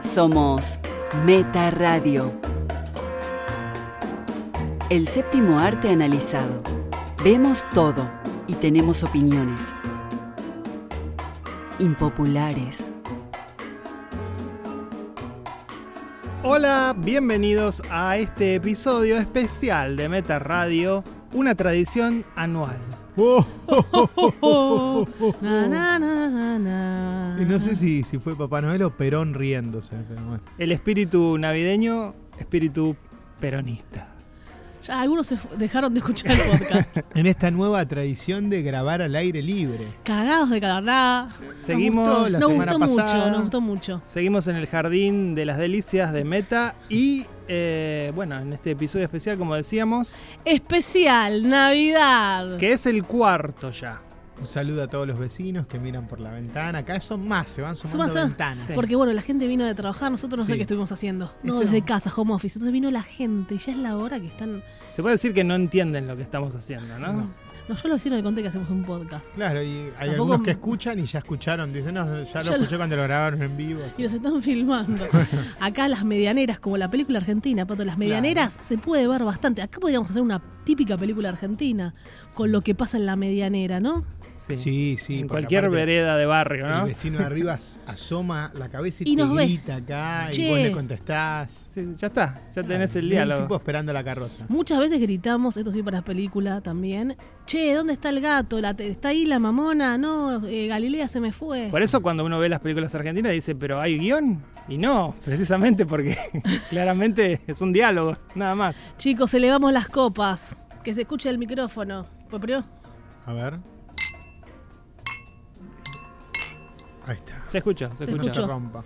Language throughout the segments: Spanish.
Somos Meta Radio. El séptimo arte analizado. Vemos todo y tenemos opiniones. Impopulares. Hola, bienvenidos a este episodio especial de Meta Radio, una tradición anual. Oh. Na, Oh, na, na, na, na. Y no sé si, si fue Papá Noel o Perón riéndose. pero bueno. El espíritu navideño, espíritu peronista. Ya algunos se fu- dejaron de escuchar el podcast. En esta nueva tradición de grabar al aire libre. Cagados de cagarná. Seguimos Nos gustó, la nos semana gustó pasada. mucho, nos gustó mucho. Seguimos en el jardín de las delicias de Meta y, eh, bueno, en este episodio especial, como decíamos, Especial, Navidad. que es el cuarto ya. Un saludo a todos los vecinos que miran por la ventana. Acá son más, se van sumando Sumas- ventanas. Sí. Porque bueno, la gente vino de trabajar, nosotros no sé Sí. qué estuvimos haciendo. No, Este- desde casa, home office. Entonces vino la gente, y ya es la hora que están. Se puede decir que no entienden lo que estamos haciendo, ¿no? No, yo lo hicieron el conté que hacemos un podcast. Claro, y hay Tampoco- algunos que escuchan y ya escucharon. Dicen, no, ya lo Ya lo- escuché cuando lo grabaron en vivo. así. Y los están filmando. Acá las medianeras, como la película argentina, Pato, las medianeras se puede ver bastante. Acá podríamos hacer una típica película argentina con lo que pasa en la medianera, ¿no? Sí, sí. en porque cualquier aparte vereda de barrio, El ¿no? vecino de arriba as- asoma la cabeza y, Y te nos ve. grita acá Che. y vos le contestás. Sí, ya está, ya tenés el Y diálogo. tipo esperando la carroza. Muchas veces gritamos, esto sí para las películas también, che, ¿dónde está el gato? La te- ¿Está ahí la mamona? No, eh, Galilea se me fue. Por eso cuando uno ve las películas argentinas dice, pero hay guión. Y no, precisamente porque claramente es un diálogo, nada más. Chicos, elevamos las copas. Que se escuche el micrófono. ¿Fue primero? A ver. Ahí está. Se escucha, se, Se escucha. No se escuchó. rompa.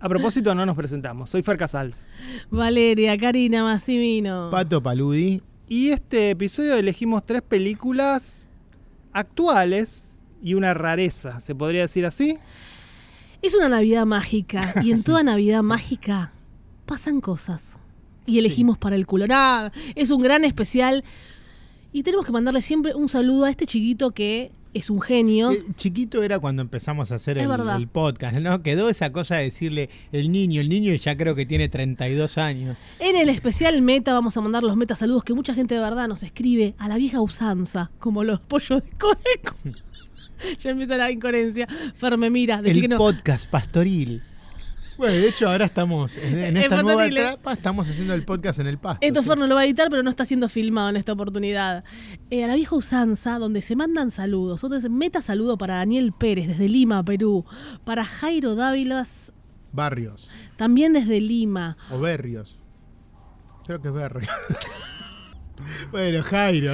A propósito, no nos presentamos. Soy Fer Casals. Valeria, Karina, Massimino. Pato Paludi. Y este episodio elegimos tres películas actuales y una rareza, ¿se podría decir así? Es una Navidad mágica. Y en toda Navidad mágica pasan cosas. Y elegimos para el culo. Nada, es un gran especial. Y tenemos que mandarle siempre un saludo a este chiquito que es un genio. Eh, chiquito era cuando empezamos a hacer Es el, verdad. el podcast, ¿no? Quedó esa cosa de decirle el niño, el niño y ya creo que tiene 32 años. En el especial meta vamos a mandar los meta saludos que mucha gente de verdad nos escribe a la vieja usanza, como los pollos de Codeco. ya empieza la incoherencia. Fer me mira, decir el que no. podcast pastoril. Bueno, de hecho ahora estamos en, en En esta nueva pastoriles. etapa, estamos haciendo el podcast en el pasto. Esto sí. Fer no lo va a editar, pero no está siendo filmado en esta oportunidad. Eh, a la vieja usanza, donde se mandan saludos. Entonces, meta saludo para Daniel Pérez desde Lima, Perú. Para Jairo Dávilas, Barrios también desde Lima. o berrios. Creo que es berrio. bueno, Jairo.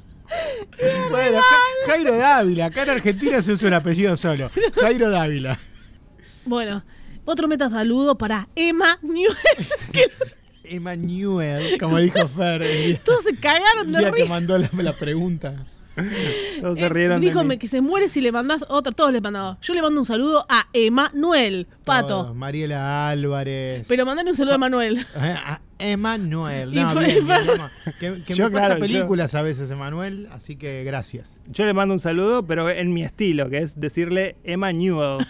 bueno, Ja- Jairo Dávila. Acá en Argentina se usa un apellido solo. Jairo Dávila. Bueno, otro meta saludo para Emma Newell. Emanuel, como dijo Fer. el día- Todos se cagaron El de día que risa. mandó la, la pregunta. Todos Eh, se rieron. de díjome mí. que se muere si le mandás otra. Todos le mandamos. Yo le mando un saludo a Emanuel, pato. Todos, Mariela Álvarez. Pero mandale un saludo a Manuel. Ah, ah, Emanuel. Y No, fue- bien, bien, fue- Emma. que, que Yo, me pasa claro, yo- películas a veces, Emanuel. Así que gracias. Yo le mando un saludo, pero en mi estilo, que es decirle Emmanuel.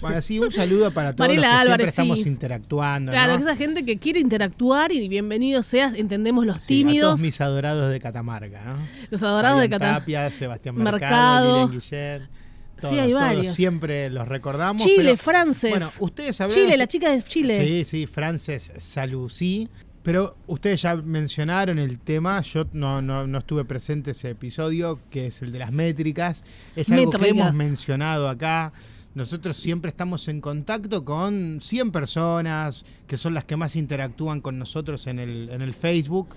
Bueno, sí, un saludo para todos Mariela los que Álvarez, siempre estamos sí. interactuando. Claro, ¿no? que esa gente que quiere interactuar y bienvenido seas, entendemos Sí, los a tímidos, todos mis adorados de Catamarca. ¿no? los adorados de Fabián Cataluña. Tapia, Sebastián Mercado. Mercado, Lilian Guillet. Sí, Todos, hay todos varios. siempre los recordamos. Chile, pero- Frances. Bueno, ustedes sabrán. Chile, la chica de Chile. Sí, sí, Frances Salusi. Pero ustedes ya mencionaron el tema, yo no, no, no estuve presente ese episodio, que es el de las métricas. Es algo que Métricas. hemos mencionado acá. Nosotros siempre estamos en contacto con 100 personas, que son las que más interactúan con nosotros en el, en el Facebook.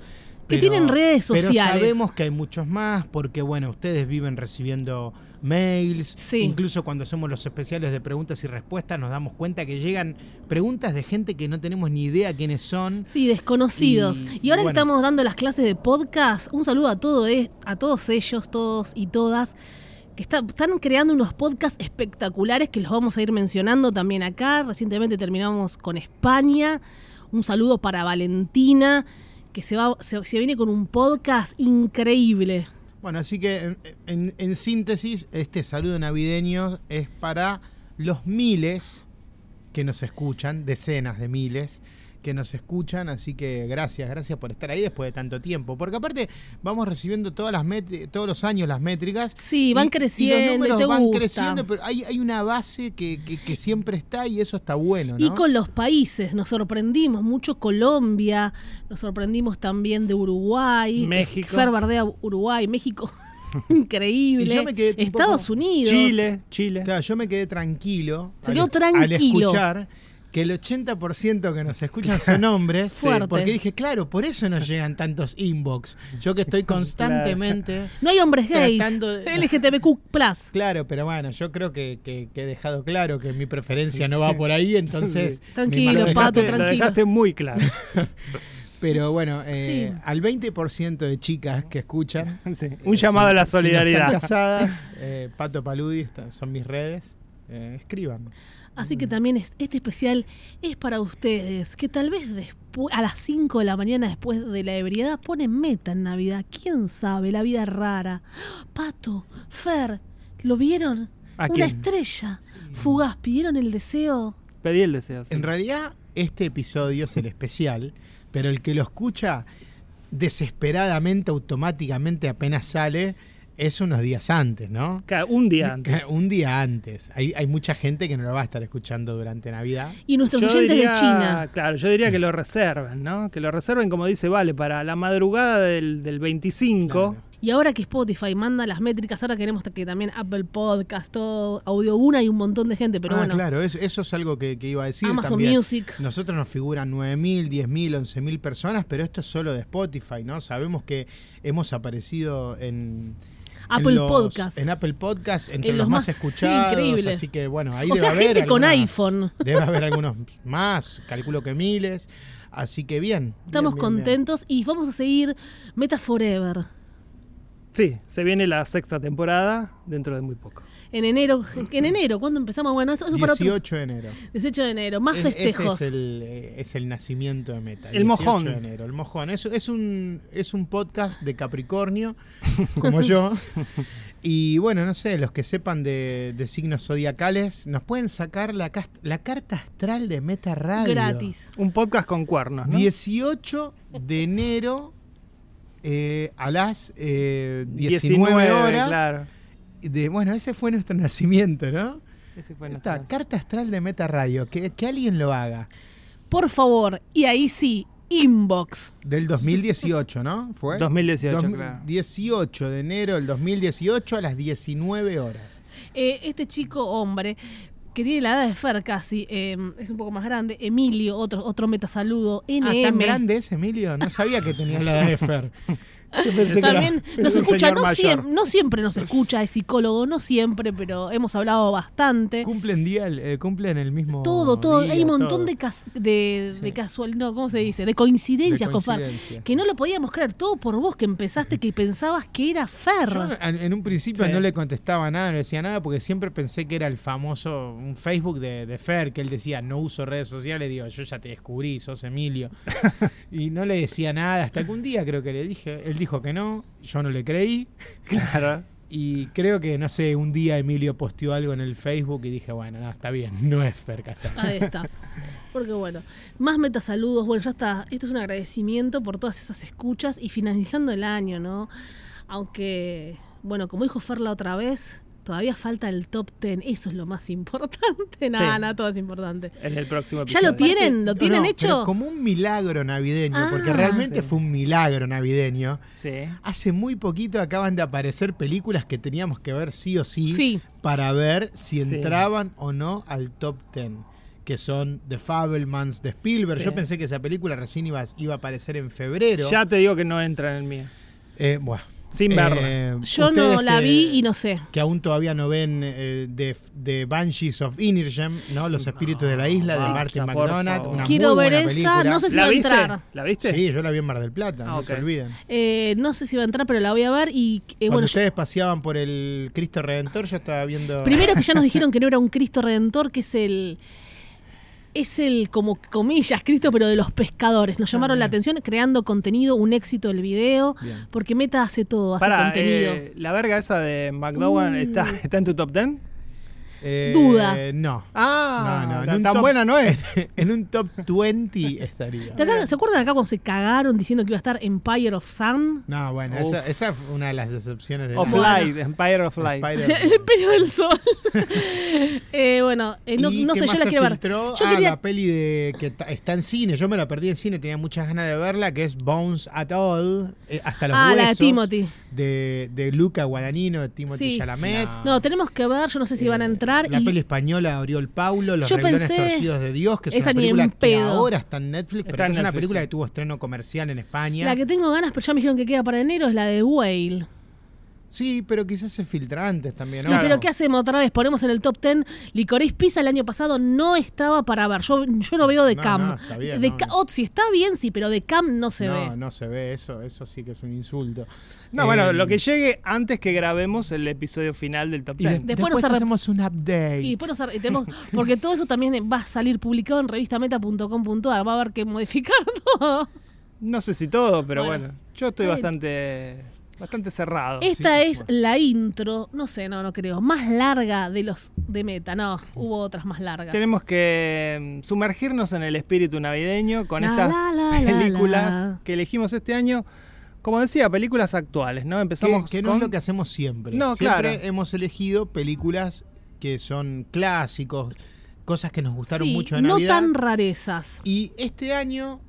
Que tienen redes Pero sociales. sabemos que hay muchos más, porque bueno, ustedes viven recibiendo mails, Sí. Incluso cuando hacemos los especiales de preguntas y respuestas nos damos cuenta que llegan preguntas de gente que no tenemos ni idea quiénes son. Sí, desconocidos. Y, Y- ahora y bueno. que estamos dando las clases de podcast, un saludo a, todo, eh, a todos ellos, todos y todas, que está- están creando unos podcasts espectaculares que los vamos a ir mencionando también acá. Recientemente terminamos con España. Un saludo para Valentina, que se, va, se, se viene con un podcast increíble. Bueno, así que en, en- en síntesis, este saludo navideño es para los miles que nos escuchan, decenas de miles que nos escuchan, así que gracias, gracias por estar ahí después de tanto tiempo, porque aparte vamos recibiendo todas las metri- todos los años las métricas. Sí, van y- creciendo, Y y los números te van gusta. creciendo, pero hay, hay una base que, que- que siempre está y eso está bueno, ¿no? Y con los países, nos sorprendimos mucho Colombia, nos sorprendimos también de Uruguay, que México. Fer bardea Uruguay, México, Y yo me increíble, quedé un Estados poco- Unidos, Chile, Chile. Claro, yo me quedé tranquilo. Se al- quedó tranquilo. Al escuchar que el 80% que nos escuchan son hombres. Fuerte. Porque dije, claro, por eso nos llegan tantos inbox. Yo que estoy constantemente. no hay hombres gays, Tratando de- LGTBQ+. Claro, pero bueno, yo creo que, que- que he dejado claro que mi preferencia no va por ahí, entonces. Sí. me Tranquilo, imagino- Lo dejaste- Pato, Lo tranquilo. dejaste muy claro. Pero bueno, eh, Sí. al 20% de chicas que escuchan. Sí, eh, Un llamado si- a la si no están solidaridad. casadas, eh, Pato Paludi, esta- son mis redes. eh, escriban. Así Mm. que también es- este especial es para ustedes, que tal vez después, a las 5 de la mañana después de la ebriedad ponen meta en Navidad. ¿Quién sabe? La vida es rara. Pato, Fer, ¿lo vieron? ¿A Una quién? estrella. Fugaz, ¿pidieron el deseo? Pedí el deseo. sí. En realidad, este episodio es el especial, pero el que lo escucha desesperadamente, automáticamente, apenas sale, es unos días antes, ¿no? Claro, Un día antes. Un día antes. Hay, hay mucha gente que no lo va a estar escuchando durante Navidad. Y nuestros Yo oyentes diría- de China. Claro, yo diría que lo reserven, ¿no? Que lo reserven, como dice Vale, para la madrugada del, del 25. Claro. Y ahora que Spotify manda las métricas, ahora queremos que también Apple Podcast, todo, Audio Una y un montón de gente, pero Ah, bueno, claro, es- eso es algo que, que iba a decir Amazon también. Music. Nosotros nos figuran 9.000, 10.000, 11.000 personas, pero esto es solo de Spotify, ¿no? Sabemos que hemos aparecido en... en Apple los- Podcast. En Apple Podcast, entre En los, más, escuchados. sí, increíble. Así que, bueno, ahí O debe sea, haber gente con algunas- iPhone. Debe haber algunos más, calculo que miles. Así que bien. Estamos bien, bien, bien. contentos y vamos a seguir Meta Forever. Sí, se viene la sexta temporada dentro de muy poco. En enero, en enero, ¿cuándo empezamos? Bueno, eso, eso para otro. 18 de enero. 18 de enero, más Es- festejos. Ese es el, eh, es el nacimiento de Meta. El 18 mojón. de enero, el mojón. Es, es, un, es un podcast de Capricornio, como yo. Y bueno, no sé, los que sepan de, de signos zodiacales, nos pueden sacar la, cast- la carta astral de Meta Radio. Gratis. Un podcast con cuernos, ¿no? 18 de enero eh, a las eh, 19, 19, horas. Claro. De, bueno, ese fue nuestro nacimiento, ¿no? Ese fue nuestro- Esta carta astral de Meta Radio, que, que alguien lo haga. Por favor, y ahí sí, inbox. Del 2018, ¿no? ¿Fue? 2018, Dos- claro. 18 de enero del 2018 a las 19 horas. Eh, este chico hombre, que tiene la edad de Fer casi, eh, es un poco más grande, Emilio, otro, otro metasaludo, NM. Ah, tan grande es, Emilio. No sabía que tenía la edad de Fer. Yo pensé que era- También nos es un escucha, señor no, mayor. siem- no siempre nos escucha, es psicólogo, no siempre, pero hemos hablado bastante. Cumplen día, el- eh, cumplen el mismo. Todo, todo. día, Hay un montón todo. de, cas- de, Sí. de casual, no, ¿cómo se dice? De coincidencias De con Fer. coincidencias. Que no lo podíamos creer. Todo por vos que empezaste, que pensabas que era Fer. Yo en, en un principio Sí. no le contestaba nada, no decía nada, porque siempre pensé que era el famoso un Facebook de, de Fer, que él decía, no uso redes sociales, digo, yo ya te descubrí, sos Emilio. y no le decía nada, hasta que un día creo que le dije, él dijo que no, yo no le creí, Claro. y creo que, no sé, un día Emilio posteó algo en el Facebook y dije, bueno, no, está bien, no es Fer Casas. Ahí está. Porque bueno, más metasaludos. Bueno, ya está. Esto es un agradecimiento por todas esas escuchas y finalizando el año, ¿no? Aunque, bueno, como dijo Fer la otra vez, todavía falta el top 10. Eso es lo más importante. Nada, Sí. nada, todo es importante. En el próximo Ya episodio. lo tienen, lo tienen No, hecho. pero Como un milagro navideño, porque Ah. realmente Sí. fue un milagro navideño. Sí. Hace muy poquito acaban de aparecer películas que teníamos que ver sí o sí, Sí. para ver si Sí. entraban o no al top 10, que son The Fabelmans de Spielberg. Sí. Yo pensé que esa película recién iba, iba a aparecer en febrero. Ya te digo que no entra en el mío. Eh, buah. Sin Eh, verla. Yo ustedes no la que- vi y no sé. Que aún todavía no ven eh, de, de Banshees of Inirjem, ¿no? Los espíritus de la isla de basta, Martin por McDonald. favor. Una Quiero muy ver buena esa, película. no sé si va ¿La a viste? entrar. ¿La viste? Sí, yo la vi en Mar del Plata, Ah, no ok. se olviden. Eh, no sé si va a entrar, pero la voy a ver. Y eh, Cuando bueno, yo- ustedes paseaban por el Cristo Redentor, yo estaba viendo. primero que ya nos dijeron que no era un Cristo Redentor, que es el. Es el, como comillas, Cristo, pero de los pescadores. Nos llamaron la atención creando contenido, un éxito el video, Ah, Bien. eh, porque Meta hace todo, hace Pará, contenido. Mm. eh, la verga esa de McDowell está, está en tu top 10? Eh, Duda. No. Ah, No, no, en tan- un tan top- buena no es. en un top 20 estaría. ¿Te acá- ¿Se acuerdan acá cuando se cagaron diciendo que iba a estar Empire of Sun? No, bueno, Uf. esa, esa fue una de las decepciones de Of la- Light, Empire of Light. O Spider- sea, el Imperio del Sol. Eh, bueno, eh, no, ¿Y no qué sé, yo más la se quiero ver. filtró? Yo ah, quería- la peli de que ta- está en cine. Yo me la perdí en cine, tenía muchas ganas de verla, que es Bones at All, eh, hasta los Ah, huesos. la de Timothy. De, de Luca Guadagnino, de Timothy Sí. Chalamet. No, tenemos que ver, yo no sé si van a Eh, entrar. La y- peli española Oriol Paulo, Los Yo renglones pensé- torcidos de Dios, que es esa una ni en película que pedo. ahora está en Netflix, pero Está en es una Netflix, película sí. que tuvo estreno comercial en España. La que tengo ganas, pero ya me dijeron que queda para enero, es la de Whale. Sí, pero quizás se filtra antes también, Y, ¿no? Claro. pero ¿qué hacemos otra vez? Ponemos en el top 10 Licorice Pizza el año pasado no estaba para ver. Yo, yo no veo de No, Cam. no, está bien, de no, Ca- no. oh, si está bien, sí, pero de Cam no se no, ve. no se ve eso, eso sí que es un insulto. No, Eh, bueno, lo que llegue antes que grabemos el episodio final del Top y de- 10. Después después, nos arrep- hacemos un update. Y después nos ar- y tenemos- porque todo eso también va a salir publicado en revistameta.com.ar. Va a haber que modificar todo. No sé si todo, pero Bueno. bueno. Yo estoy Está bastante bastante cerrado. Esta sí, es la intro, no sé, no, no creo, más larga de los de Meta. No, hubo otras más largas. Tenemos que mm, sumergirnos en el espíritu navideño con La, estas la, la, la, películas la. que elegimos este año. Como decía, películas actuales, ¿no? Empezamos que, que no con es lo que hacemos siempre. No, siempre claro. hemos elegido películas que son clásicos, cosas que nos gustaron Sí, mucho de no Navidad. tan rarezas. Y este año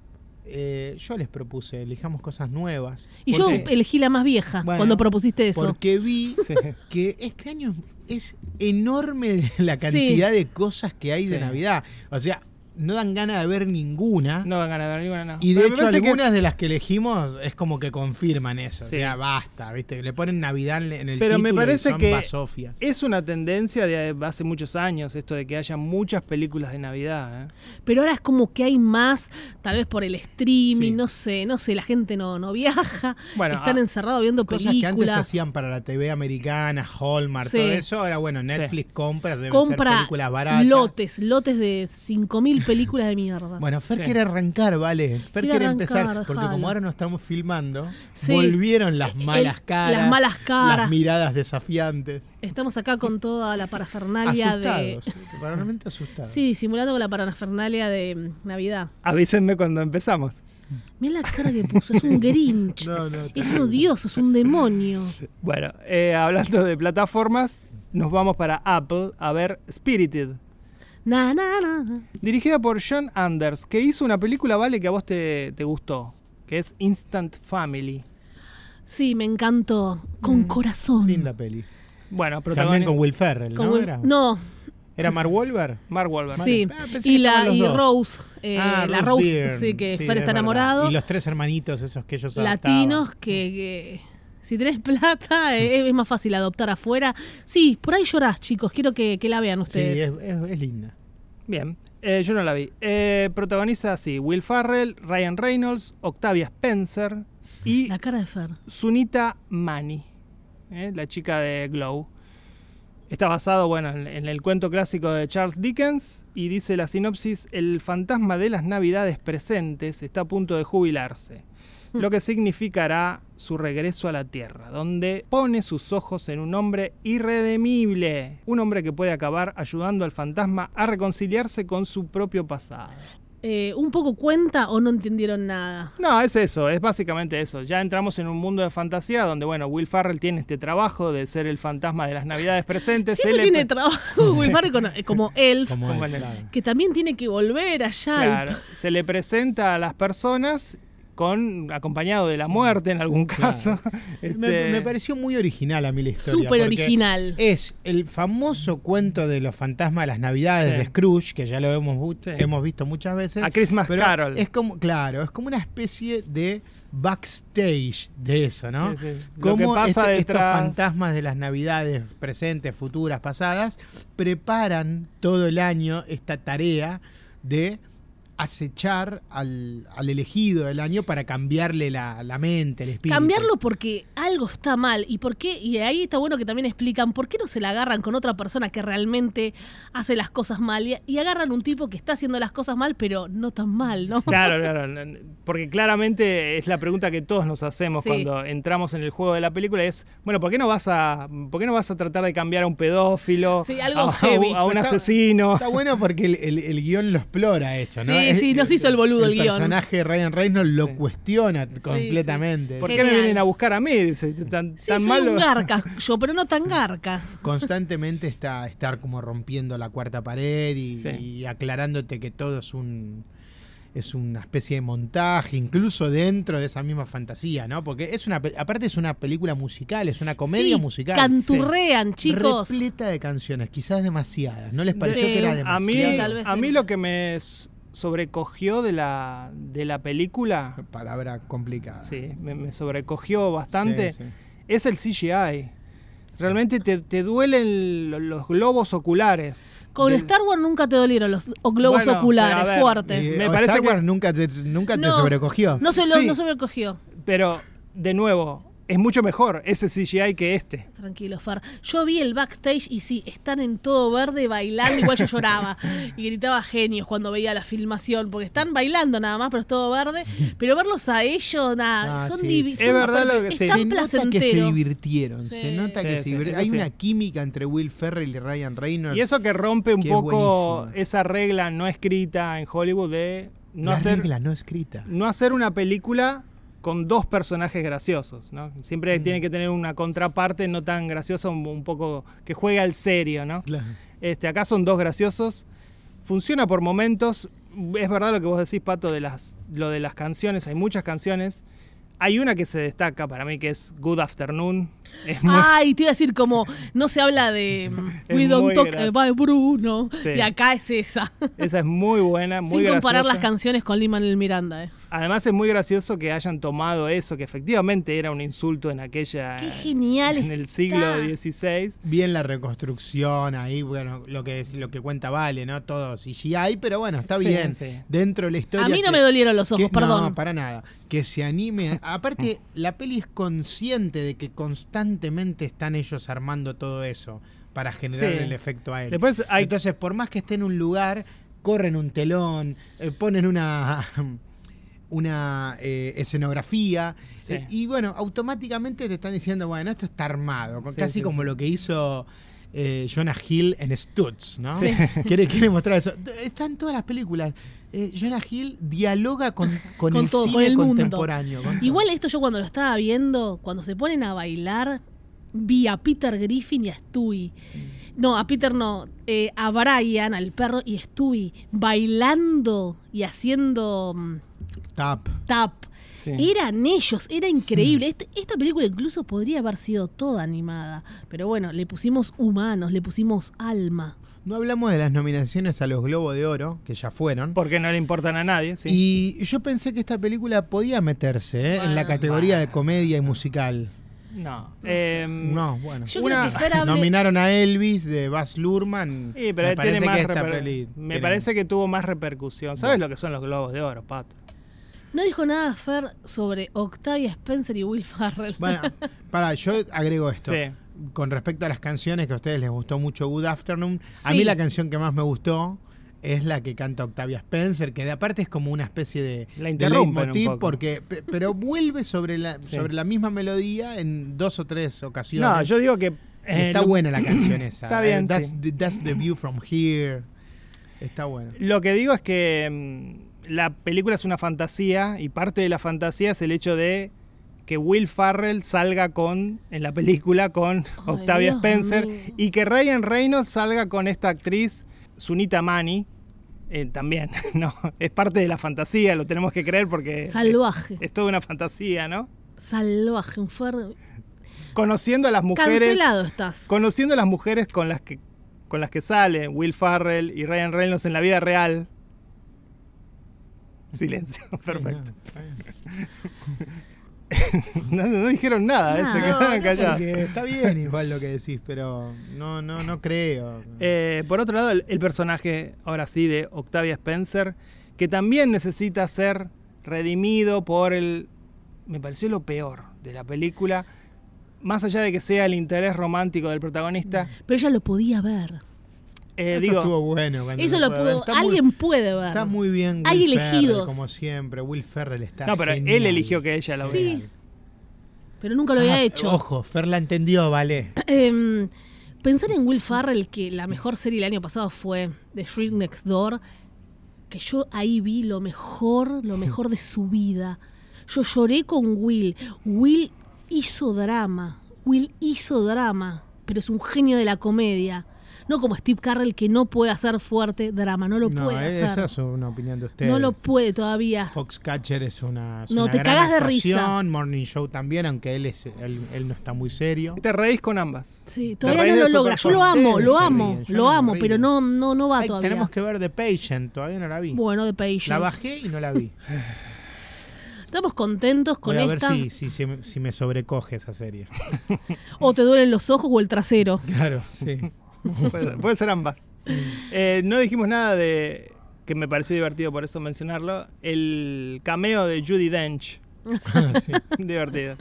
eh, yo les propuse, elijamos cosas nuevas. Y yo Porque- elegí la más vieja Bueno, cuando propusiste eso. Porque vi Sí. que este año es enorme la cantidad de cosas que hay de Sí. Navidad. O sea, no dan ganas de ver ninguna. No van a ganar ninguna, no. Y de Pero me hecho parece que algunas es- de las que elegimos es como que confirman eso. Sí. O sea, basta, ¿viste? Le ponen Navidad en el Pero me título y parece son que- basofias. Es una tendencia de hace muchos años esto de que haya muchas películas de Navidad. ¿eh? Pero ahora es como que hay más, tal vez por el streaming, Sí. no sé, no sé, la gente no, no viaja, Bueno, están ah, encerrados viendo Cosas que antes películas. hacían para la TV americana, Hallmark, Sí. todo eso. Ahora, bueno, Netflix compra, deben ser Compra películas baratas. lotes, lotes de 5.000 películas de mierda. Bueno, Fer Sí. quiere arrancar, ¿vale? Fer Quiere quiere arrancar, empezar, porque dejalo. como ahora no estamos filmando, Sí. volvieron las El- malas caras. las malas caras. Las miradas desafiantes. Estamos acá con toda la parafernalia Asustados, de... realmente asustados. Sí, simulando con la parafernalia de mm, Navidad. Avísenme cuando empezamos. Mira la cara que puso, es un grinch. No, no, es odioso, es un demonio. Bueno, eh, hablando de plataformas, nos vamos para Apple a ver Spirited, Na, na, na, na. dirigida por John Anders, que hizo una película, vale, que a vos te, te gustó, que es Instant Family. Sí, me encantó. Con corazón. Mm. Linda peli. Bueno, También con protagonista Will Ferrell, Con ¿no? Will- Era, no, ¿Era Mark Wahlberg. Mark Wahlberg. sí. Ah, pensé que y la, estaban los y dos. Rose, eh, Ah, la Rose Rose, Byrne. sí, que Sí, es Fer está verdad. enamorado. Y los tres hermanitos esos que ellos adoptaban. latinos que, que si tenés plata eh, es más fácil adoptar afuera. Sí, por ahí llorás, chicos. Quiero que, que la vean Sí, ustedes. es, es- es linda. Bien, eh, yo no la vi. Eh, protagoniza así Will Farrell, Ryan Reynolds, Octavia Spencer y La cara de Fer. Sunita Mani, ¿eh? la chica de Glow. Está basado bueno, en, en el cuento clásico de Charles Dickens y dice la sinopsis, el fantasma de las navidades presentes está a punto de jubilarse, lo que significará su regreso a la Tierra, donde pone sus ojos en un hombre irredemible, un hombre que puede acabar ayudando al fantasma a reconciliarse con su propio pasado. Eh, ¿Un poco cuenta o no entendieron nada? No, es eso, es básicamente eso. Ya entramos en un mundo de fantasía donde, bueno, Will Farrell tiene este trabajo de ser el fantasma de las navidades presentes. Siempre Él le- tiene trabajo Will Ferrell con- eh, como elf, Como Como él, él. claro. que también tiene que volver allá. y Claro, se le presenta a las personas con acompañado de la muerte en algún caso. Este, Me, me pareció muy original a mí la historia. Súper porque original. Es el famoso cuento de los fantasmas de las navidades Sí. de Scrooge, que ya lo hemos, bu- Sí. hemos visto muchas veces. A Christmas Pero Carol. Es como, claro, es como una especie de backstage de eso, ¿no? Sí, sí. Lo que Cómo pasa este- detrás. estos fantasmas de las navidades presentes, futuras, pasadas, preparan todo el año esta tarea de acechar al, al elegido del año para cambiarle la, la mente, el espíritu. Cambiarlo porque algo está mal y por qué, y ahí está bueno que también explican por qué no se la agarran con otra persona que realmente hace las cosas mal y, y agarran un tipo que está haciendo las cosas mal, pero no tan mal, ¿no? Claro, claro, n- n- porque claramente es la pregunta que todos nos hacemos Sí. cuando entramos en el juego de la película es, bueno, ¿por qué no vas a por qué no vas a tratar de cambiar a un pedófilo, Sí, algo a, a heavy. un- a un Está- asesino? Está bueno porque el, el- el guión lo explora eso, ¿no? Sí, sí, nos hizo el boludo el guión. personaje de Ryan Reynolds lo Sí. cuestiona completamente. ¿Por Porque qué me Genial. vienen a buscar a mí? Dice, tan, Sí, tan soy malo. un garca yo, pero no tan garca. Constantemente está estar como rompiendo la cuarta pared y, Sí. y aclarándote que todo es un es una especie de montaje, incluso dentro de esa misma fantasía, ¿no? Porque es una pe- aparte es una película musical, es una comedia Sí, musical. Canturrean, chicos. Repleta de canciones, quizás demasiadas. ¿No les pareció Sí. que era a demasiado? mí, Sí, tal vez a mí sí. lo que me s- sobrecogió de la, de la película, Palabra complicada. sí, me, me sobrecogió bastante, Sí, sí. es el CGI. Realmente te, te duelen lo- los globos oculares. Con De- Star Wars nunca te dolieron los o globos Bueno, oculares, pero a ver, fuerte. Y, Me Eh, o parece Star que- Wars nunca te, nunca te No. sobrecogió. No se lo, Sí. no se me cogió. Pero, de nuevo, es mucho mejor ese CGI que este. Tranquilo, Far. Yo vi el backstage y sí, están en todo verde bailando, igual yo lloraba y gritaba genios cuando veía la filmación, porque están bailando nada más, pero es todo verde. Pero verlos a ellos, nada, Ah, son sí. divi- Es son- verdad lo que- es sí. tan se nota que se placentero. divirtieron. Sí. Se nota que Sí, se sí, divir- eso Hay sí. una química entre Will Ferrell y Ryan Reynolds. Y eso que rompe un Qué poco buenísimo. esa regla no escrita en Hollywood de no la hacer regla no escrita. no hacer una película con dos personajes graciosos, ¿no? Siempre Mm. tiene que tener una contraparte no tan graciosa, un, un poco que juegue al serio, ¿no? Este, acá son dos graciosos, funciona por momentos, es verdad lo que vos decís, Pato, de las, lo de las canciones, hay muchas canciones, hay una que se destaca para mí que es Good Afternoon, es muy, Ay, te iba a decir como no se habla de mm, Es We don't muy talk gracioso. about Bruno Sí. y acá es esa. esa es muy buena, muy Sin comparar graciosa. las canciones con Lima el Miranda, eh. Además es muy gracioso que hayan tomado eso, que efectivamente era un insulto en aquella... Qué genial En el está. siglo XVI. Bien la reconstrucción ahí, bueno, lo que es lo que cuenta vale, ¿no? Todo CGI, pero bueno, está Sí, bien. sí. Dentro de la historia. A mí no que- me dolieron los que- ojos, perdón. No, para nada. Que se anime. Aparte, la peli es consciente de que constantemente están ellos armando todo eso para generar Sí. el efecto a él. Después hay Entonces, por más que esté en un lugar, corren un telón, eh, ponen una, una eh, escenografía. Sí. eh, y bueno, automáticamente te están diciendo, bueno, esto está armado. con- Sí, casi sí, como sí. lo que hizo eh, Jonah Hill en Stutz, ¿no? Sí. Quiere, quiere mostrar eso. D- Está en todas las películas. Eh, Jonah Hill dialoga con, con, Con el todo, cine con el mundo. contemporáneo. con todo. Igual esto yo cuando lo estaba viendo, cuando se ponen a bailar, vi a Peter Griffin y a Stewie. No, a Peter no, eh, a Brian, al perro y Stewie bailando y haciendo mm, Tap. tap. Sí. Eran ellos, era increíble. Este- esta película incluso podría haber sido toda animada, pero bueno, le pusimos humanos, le pusimos alma. No hablamos de las nominaciones a los Globos de Oro, que ya fueron. Porque no le importan a nadie, sí. Y yo pensé que esta película podía meterse ¿eh? en la Bueno, categoría de comedia y musical. no. Eh, No, bueno. Yo Una- creo que Fer hable- Nominaron a Elvis de Baz Luhrmann. y, pero tiene me parece más que esta reper- peli Me tiene- parece que tuvo más repercusión. ¿Sabes lo que son los globos de oro, Pato? No dijo nada Fer sobre Octavia Spencer y Will Farrell. Bueno, para, yo agrego esto. Sí. Con respecto a las canciones que a ustedes les gustó mucho Good Afternoon, a Sí. mí la canción que más me gustó es la que canta Octavia Spencer, que de aparte es como una especie de, La de interrumpen un leitmotiv poco. porque pe- pero vuelve sobre la Sí. sobre la misma melodía en dos o tres ocasiones. No, yo digo que. Y eh, está lo, buena la canción esa. Está bien, Eh, That's, sí. the, that's the view from here. Está buena. Lo que digo es que mm, la película es una fantasía y parte de la fantasía es el hecho de que Will Farrell salga con en la película con Ay, Octavia Dios Spencer mío. y que Ryan Reynolds salga con esta actriz Sunita Mani eh, también, ¿no? Es parte de la fantasía, lo tenemos que creer porque es, Salvaje, es toda una fantasía, ¿no? salvaje, un Fer Conociendo a las mujeres Cancelado estás. Conociendo a las mujeres con las que con las que salen Will Farrell y Ryan Reynolds en la vida real. Silencio, perfecto. No, no dijeron nada, eh, No, se quedaron no, callados. Porque está bien igual lo que decís, pero no, no, no creo. Eh, por otro lado, el, el personaje, ahora sí, de Octavia Spencer, que también necesita ser redimido por el... Me pareció lo peor de la película, más allá de que sea el interés romántico del protagonista. Pero ella lo podía ver. eh, Eso digo, estuvo bueno. cuando Eso lo fue a ver. pudo. Está muy- Alguien puede ver. Está muy bien. Will Hay Ferrell, elegidos. como siempre, Will Ferrell está. no, pero genial. él eligió que ella lo vea. Sí. Pero nunca lo había Ah, hecho. Ojo, Fer la entendió, vale. Em, pensar en Will Farrell, que la mejor serie del año pasado fue The Shrink Next Door, que yo ahí vi lo mejor, lo mejor de su vida. Yo lloré con Will. Will hizo drama. Will hizo drama, pero es un genio de la comedia. No como Steve Carrell, que no puede hacer fuerte drama, no lo no, puede eh, esa hacer. es una opinión de ustedes. No lo puede todavía. Foxcatcher es una. es No, una te gran cagás de actuación, risa. Morning Show también, aunque él, es, él, él no está muy serio. Te reís con ambas. Sí, raíz todavía no de lo su logra. Yo lo amo, performance. lo Sí, amo, yo no lo me amo, río. pero no, no, no va Ay, Ah, todavía. tenemos que ver The Patient, todavía no la vi. Bueno, de Patient. La bajé y no la vi. Estamos contentos con Voy a ver esta. si, si, si me- si me sobrecoge esa serie. O te duelen los ojos o el trasero. Claro, sí. Puede, puede ser ambas. Eh, no dijimos nada de que me pareció divertido por eso mencionarlo. El cameo de Judy Dench. Ah, Sí. Divertido.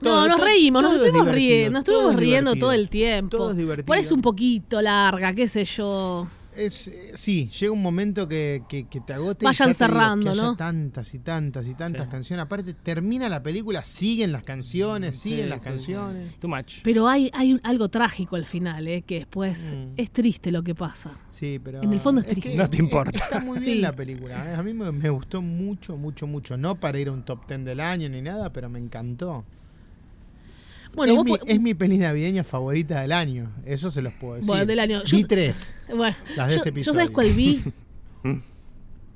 No, Todo- nos todo- reímos, nos todo es estuvimos divertido, riendo, nos todo estuvimos es riendo divertido, todo el tiempo. todo es divertido. Por eso un poquito larga, qué sé yo. Es, eh, sí, llega un momento que, que- que te agote. y Vayan ya te digo cerrando, que haya ¿no? tantas y tantas y tantas Sí. canciones. Aparte, termina la película, siguen las canciones, siguen Sí, las sí, canciones. sí. Too much. Pero hay, hay un- algo trágico al final, ¿eh? que después Mm. es triste lo que pasa. Sí, pero. En el fondo es triste. No te eh, importa. Está muy bien Sí. la película. eh. A mí me, me gustó mucho, mucho, mucho. No para ir a un top ten del año ni nada, pero me encantó. Bueno, es, vos mi, po- es mi peli navideña favorita del año. Eso se los puedo decir. Bueno, del año. Vi Yo- tres. bueno, las de yo, este yo episodio. sabes cuál vi.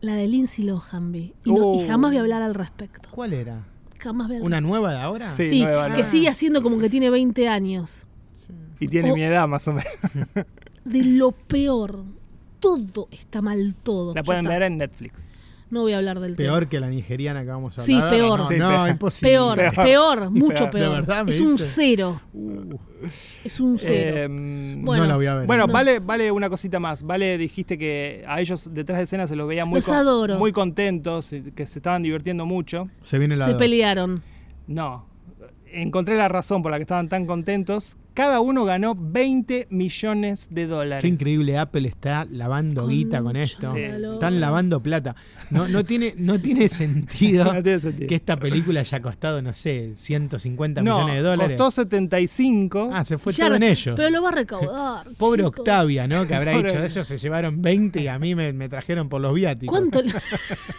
La de Lindsay Lohan vi. Y, no- y Oh. jamás voy a hablar al respecto. ¿Cuál era? Jamás voy a hablar. ¿Una nueva de ahora? Sí. Sí, nueva, que nueva. sigue haciendo como que tiene 20 años. Y tiene Oh. mi edad más o menos. De lo peor. Todo está mal, todo. La Oh, Ya pueden está. ver en Netflix. No voy a hablar del tema. Peor que la nigeriana que vamos a Sí, hablar. peor. No, Sí, no, peor. imposible. Peor, peor, mucho De peor. verdad, me es un dice. cero. Uh, Eh, Es un cero. Em, Bueno. no la voy a ver. Bueno, No. vale, vale una cosita más. Vale, dijiste que a ellos detrás de escena se los veía muy, Los adoro. muy contentos, y que se estaban divirtiendo mucho. se viene la Se dos. pelearon. No, encontré la razón por la que estaban tan contentos. Cada uno ganó 20 millones de dólares. Qué increíble Apple está lavando guita con Concha esto. Sí. valor. Están lavando plata. No, no tiene, no tiene sentido No tiene sentido. que esta película haya costado, no sé, 150 No, millones de dólares. costó 75. Ah, se fue Ya todo en re- ellos. Pero lo va a recaudar. Pobre chico. Octavia, ¿no? Que habrá Pobre- dicho, ellos se llevaron 20 y a mí me, me trajeron por los viáticos. ¿Cuánto le,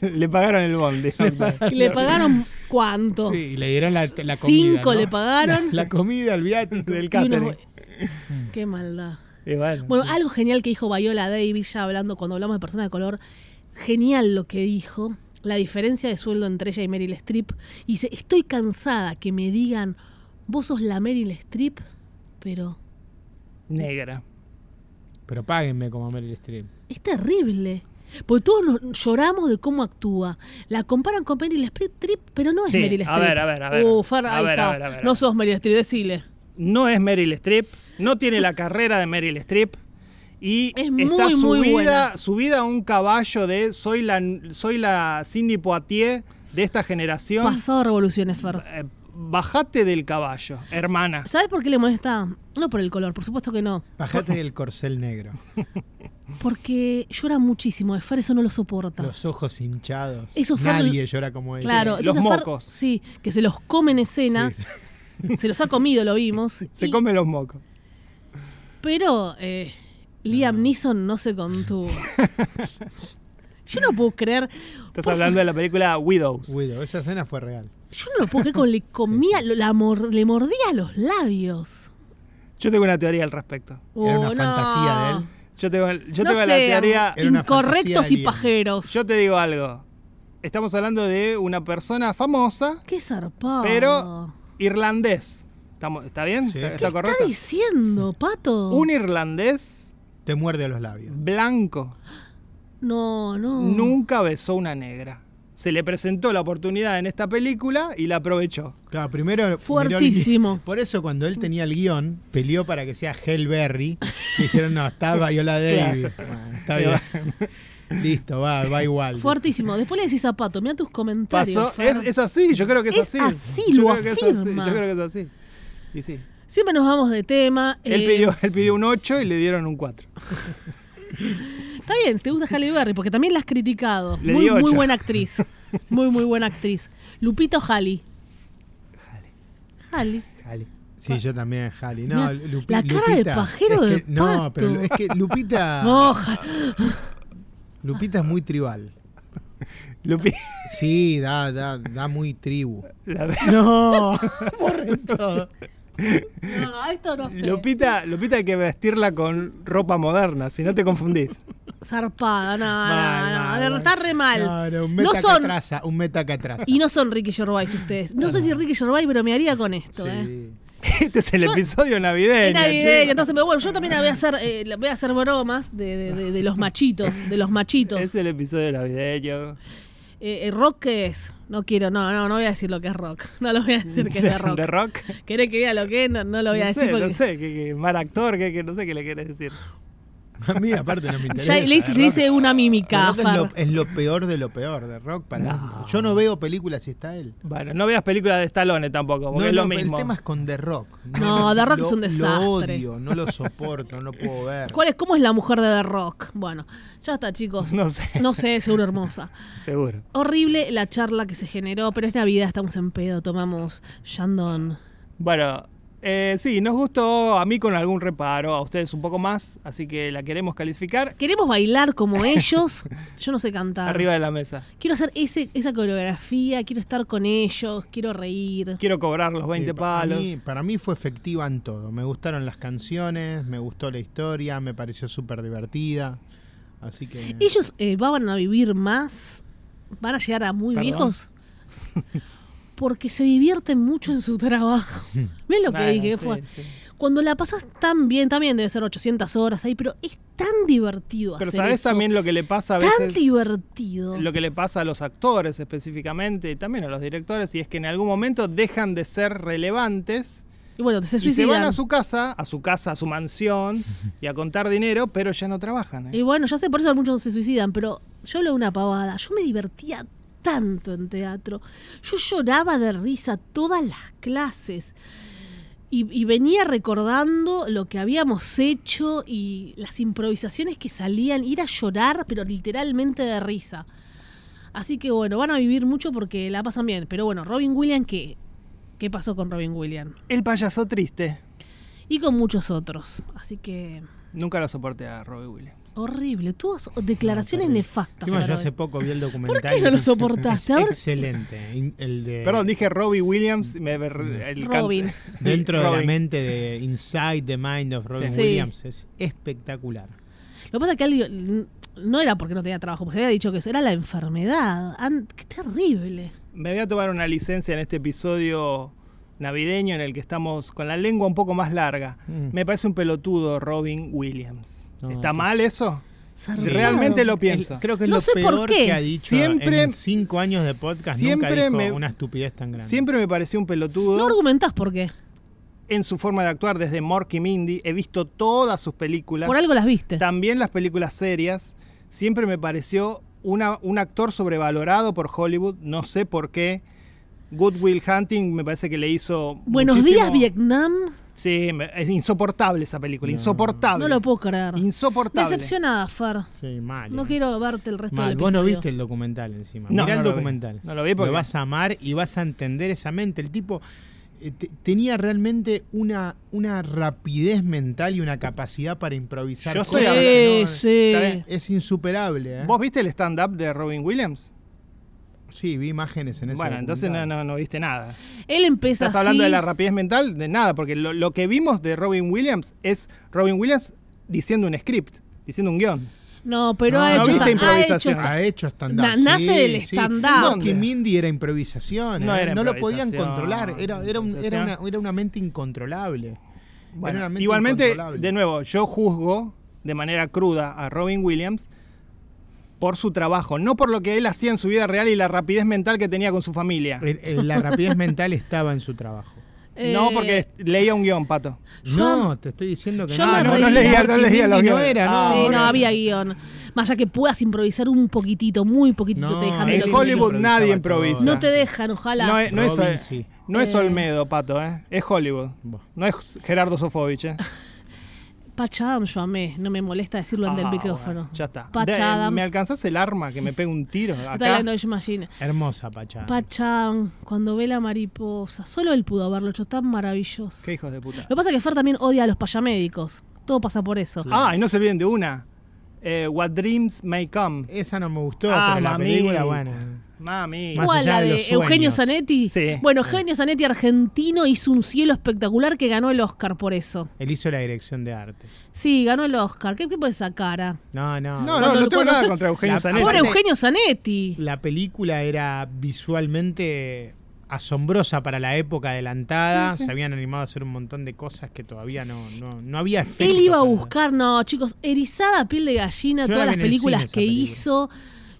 le pagaron el bondi. le pagaron? ¿Cuánto? Sí, y le dieron la, la comida. Cinco ¿no? le pagaron. La comida, el viático. Del y unos- catering. Qué maldad. Y bueno, Bueno, algo genial que dijo Viola Davis, ya hablando cuando hablamos de personas de color, genial lo que dijo, la diferencia de sueldo entre ella y Meryl Streep. Y dice, estoy cansada que me digan, vos sos la Meryl Streep, pero negra. Pero páguenme como Meryl Streep. es terrible. Porque todos nos lloramos de cómo actúa. La comparan con Meryl Streep, pero no es Sí, Meryl a Streep. ver, a ver, a ver. Uh, Fer, A ahí ver, está. a ver, a ver, a No ver. sos Meryl Streep, decile. No es Meryl Streep, no tiene la carrera de Meryl Streep. Y Es muy, está muy subida, buena. subida a un caballo de soy la, soy la Cindy Poitier de esta generación. Pasado revoluciones, Fer. Eh, bajate del caballo, hermana. ¿Sabes por qué le molesta? No por el color, por supuesto que no. Bajate del corcel negro. Porque llora muchísimo, Fer eso no lo soporta. Los ojos hinchados. Eso fue- Nadie llora como ella. claro, los entonces Fer- mocos. sí, que se los come en escena, Sí, se los ha comido, lo vimos. Se y- come los mocos. Pero eh, Liam Neeson no se contuvo. Yo no puedo creer. Estás por hablando de la película Widows. Guido, esa escena fue real. fa- Yo no lo puedo creer como le comía, lo- la mor- le mordía los labios. Yo tengo una teoría al respecto. Era una Oh, no. fantasía de él. Yo tengo, yo No tengo la sé, teoría. Era una fantasía Incorrectos de y Liam. pajeros. Yo te digo algo. Estamos hablando de una persona famosa, Qué zarpado. pero irlandés. Estamos- ¿Está bien? Sí, ¿Está, sí. está ¿Qué ¿Qué correcto? Oh. está diciendo, pato? Un irlandés Te muerde los labios. blanco No, no. nunca besó una negra. se le presentó la oportunidad en esta película y la aprovechó. Claro, primero. miró el- Fuertísimo. Por eso, cuando él tenía el guión, peleó para que sea Hellberry. Y dijeron, no, está Viola Davis. Bueno, está bien. Listo, va, va igual. Fuertísimo. Después le decís zapato, mira tus comentarios. Pasó, Fer. es, es así, yo creo que es, Es así. así, yo lo creo que es así, afirma. yo creo que es así. Y sí. Siempre nos vamos de tema. Él, eh, pidió, él pidió un 8 y le dieron un 4. Está bien, te gusta Halle Berry, porque también la has criticado. Le muy, di muy ocho. buena actriz. Muy, muy buena actriz. Lupito Halley. Halley. Sí, yo también, Jali. No, Mirá, Lupi- la cara de Lupita, pajero es de que- No, pato. pero lu- es que Ah, Lupita. Oh, Ja- Lupita es muy tribal. Lupi, Sí, da, da, da muy tribu. la- No, borren todo. no, esto no sé. Lupita, Lupita hay que vestirla con ropa moderna, si no te confundís. Zarpada, no, Mal, no, mal, no, mal. está re mal. No, no, un No meta que son. atrasa, un meta que atrasa. Y no son Ricky Gervais ustedes. No sé si Ricky Gervais bromearía con esto, ¿eh? Sí. Este es el Yo- episodio Es navideño. navideño, che. entonces, pero bueno, yo también voy a hacer, eh, voy a hacer bromas de, de- de- de los machitos, de los machitos. Es el episodio navideño. Eh, eh, ¿Rock qué es? No quiero, no, no, no voy a decir lo que es rock. No lo voy a decir que es de rock. ¿De rock? ¿Querés que diga lo que es? No, no lo voy a no decir sé, porque... no sé, que, que mal actor, que, que no sé qué le querés decir. A mí, aparte, no me interesa. Ya le hice, le hice una mímica, Pero Rock es, lo, Far. es lo peor de lo peor de rock para mí. Yo no veo películas si está él. Bueno, no veas películas de Stallone tampoco, porque No, es lo no, mismo. El tema es con The Rock. No, The Rock lo- es un desastre. Lo odio, no lo soporto, no puedo ver. ¿Cuál es, ¿Cómo es la mujer de The Rock? Bueno, ya está, chicos. No sé, No sé, seguro hermosa. seguro. Horrible la charla que se generó, pero es Navidad, estamos en pedo, tomamos Shandon. Bueno, eh, sí, nos gustó a mí con algún reparo, a ustedes un poco más, así que la queremos calificar Queremos bailar como ellos. Yo no sé cantar. arriba de la mesa. Quiero hacer ese, esa coreografía, quiero estar con ellos, quiero reír. Quiero cobrar los 20 Sí, para palos. mí- para mí fue efectiva en todo. Me gustaron las canciones, me gustó la historia, me pareció súper divertida. Así que. ¿Ellos eh, van a vivir más? ¿Van a llegar a muy Perdón. viejos? Porque se divierten mucho en su trabajo. ¿Ves lo que Bueno, dije? sí, Fue- sí. Cuando la pasas tan bien, también debe ser 800 horas ahí, pero es tan divertido Pero hacer sabes eso. también lo que le pasa a Tan veces. divertido. Lo que le pasa a los actores específicamente y también a los directores, y es que en algún momento dejan de ser relevantes Y bueno, se y se van suicidan. a su casa, a su casa, a su mansión y a contar dinero, pero ya no trabajan. ¿eh? Y bueno, ya sé, por eso muchos se suicidan, pero yo hablo de una pavada. Yo me divertía tanto en teatro. Yo lloraba de risa todas las clases. Y, y venía recordando lo que habíamos hecho y las improvisaciones que salían, ir a llorar, pero literalmente de risa. Así que bueno, van a vivir mucho porque la pasan bien. Pero bueno, Robin Williams, ¿qué? ¿Qué pasó con Robin Williams? El payaso triste. Y con muchos otros. Así que Nunca lo soporté a Robbie Williams. horrible. Todas declaraciones nefastas. Encima yo Ferol. hace poco vi el documental. ¿Por qué no lo Es- soportaste? es Ahora- Excelente. In- El de, Perdón, dije Robbie Williams. Me, me- el can- Robin. Dentro de la Robin. mente de Inside the Mind of Robin Sí. Williams. Es espectacular. Lo que pasa es que alguien- no era porque no tenía trabajo, porque se había dicho que eso era la enfermedad. An- ¡Qué terrible! Me voy a tomar una licencia en este episodio navideño en el que estamos con la lengua un poco más larga. Mm. Me parece un pelotudo Robin Williams. No, ¿Está que- mal eso? Zarpado. Realmente lo El- pienso. creo que es No lo sé por peor qué. que ha dicho Siempre- en cinco años de podcast. siempre nunca dijo me- una estupidez tan grande. Siempre me pareció un pelotudo. No argumentás por qué. en su forma de actuar desde Mork y Mindy. He visto todas sus películas. Por algo las viste. También las películas serias. Siempre me pareció una- un actor sobrevalorado por Hollywood. No sé por qué. Good Will Hunting me parece que le hizo. Buenos muchísimo- días, Vietnam. Sí, me- es insoportable esa película. No. Insoportable. No lo puedo creer. Insoportable. Decepcionada, Far. Sí, mal. No eh. quiero verte el resto Mal, del vos episodio. no viste el documental encima. No, Mirá no el lo vi. documental. No lo vi porque- Lo vas a amar y vas a entender esa mente. El tipo eh, te- tenía realmente una, una rapidez mental y una capacidad para improvisar. Yo soy cosas. hablando, Sí, no, está sí. bien. Es insuperable. ¿eh? ¿Vos viste el stand-up de Robin Williams? Sí, vi imágenes en ese Bueno, entonces no, documental. no- no viste nada. Él empieza ¿Estás así. hablando de la rapidez mental? De nada, porque lo, lo que vimos de Robin Williams es Robin Williams diciendo un script, diciendo un guión. No, pero No, ha no hecho... viste ha improvisación. hecho- Ha hecho stand-up. Na- nace del stand-up. No, que Mindy era improvisación. No No, era no lo podían improvisación, controlar. Era, era, un- era, una, era una mente incontrolable. Bueno, Era una mente igualmente, incontrolable. de nuevo, yo juzgo de manera cruda a Robin Williams por su trabajo, no por lo que él hacía en su vida real y la rapidez mental que tenía con su familia. El- el- la rapidez mental estaba en su trabajo. No, Eh, porque leía un guión, pato. Yo- no, te estoy diciendo que yo no. me no, reí. leía, no leía los no guiones. era, no. Ah, sí, bueno. no había guión. Más allá que puedas improvisar un poquitito, muy poquitito, No, te dejan de En ahí lo sí tuyo. Hollywood improvisaba nadie todo. improvisa. No te dejan, ojalá. No es, no es- Robin, sí. no es Eh. Olmedo, pato, ¿eh? es Hollywood. Buah. No es Gerardo Sofovich. ¿eh? Patch Adams yo amé, no me molesta decirlo ante Ah, el micrófono. bueno, ya está. Patch De- eh, Adams. ¿Me alcanzás el arma que me pega un tiro Dale acá? la Noche Machine. Hermosa, Pachá. Patch Adams, cuando ve la mariposa, solo él pudo haberlo hecho tan maravilloso. Qué hijos de puta. Lo que pasa es que Fer también odia a los payamédicos. Todo pasa por eso. Ah, y no se olviden de una. Eh, What Dreams May Come. Esa no me gustó, Ah, pero la mamita. película, bueno. Mami. Más ¿Cuál? allá ¿La de de, los sueños. Eugenio Zanetti? Sí. Bueno, Eugenio Zanetti argentino hizo un cielo espectacular que ganó el Oscar por eso. Él hizo la dirección de arte. Sí, ganó el Oscar. ¿Qué, qué por esa cara? No, no. No, no, Cuando- no tengo cuando- nada contra Eugenio La- Zanetti. Por Aparte- Eugenio Zanetti. La película era visualmente asombrosa para la época adelantada. Se habían animado a hacer un montón de cosas que todavía no, no, no había efecto Él iba a para- buscar, no, chicos, erizada piel de gallina, Yo la todas vi las en el películas cine esa que película. hizo.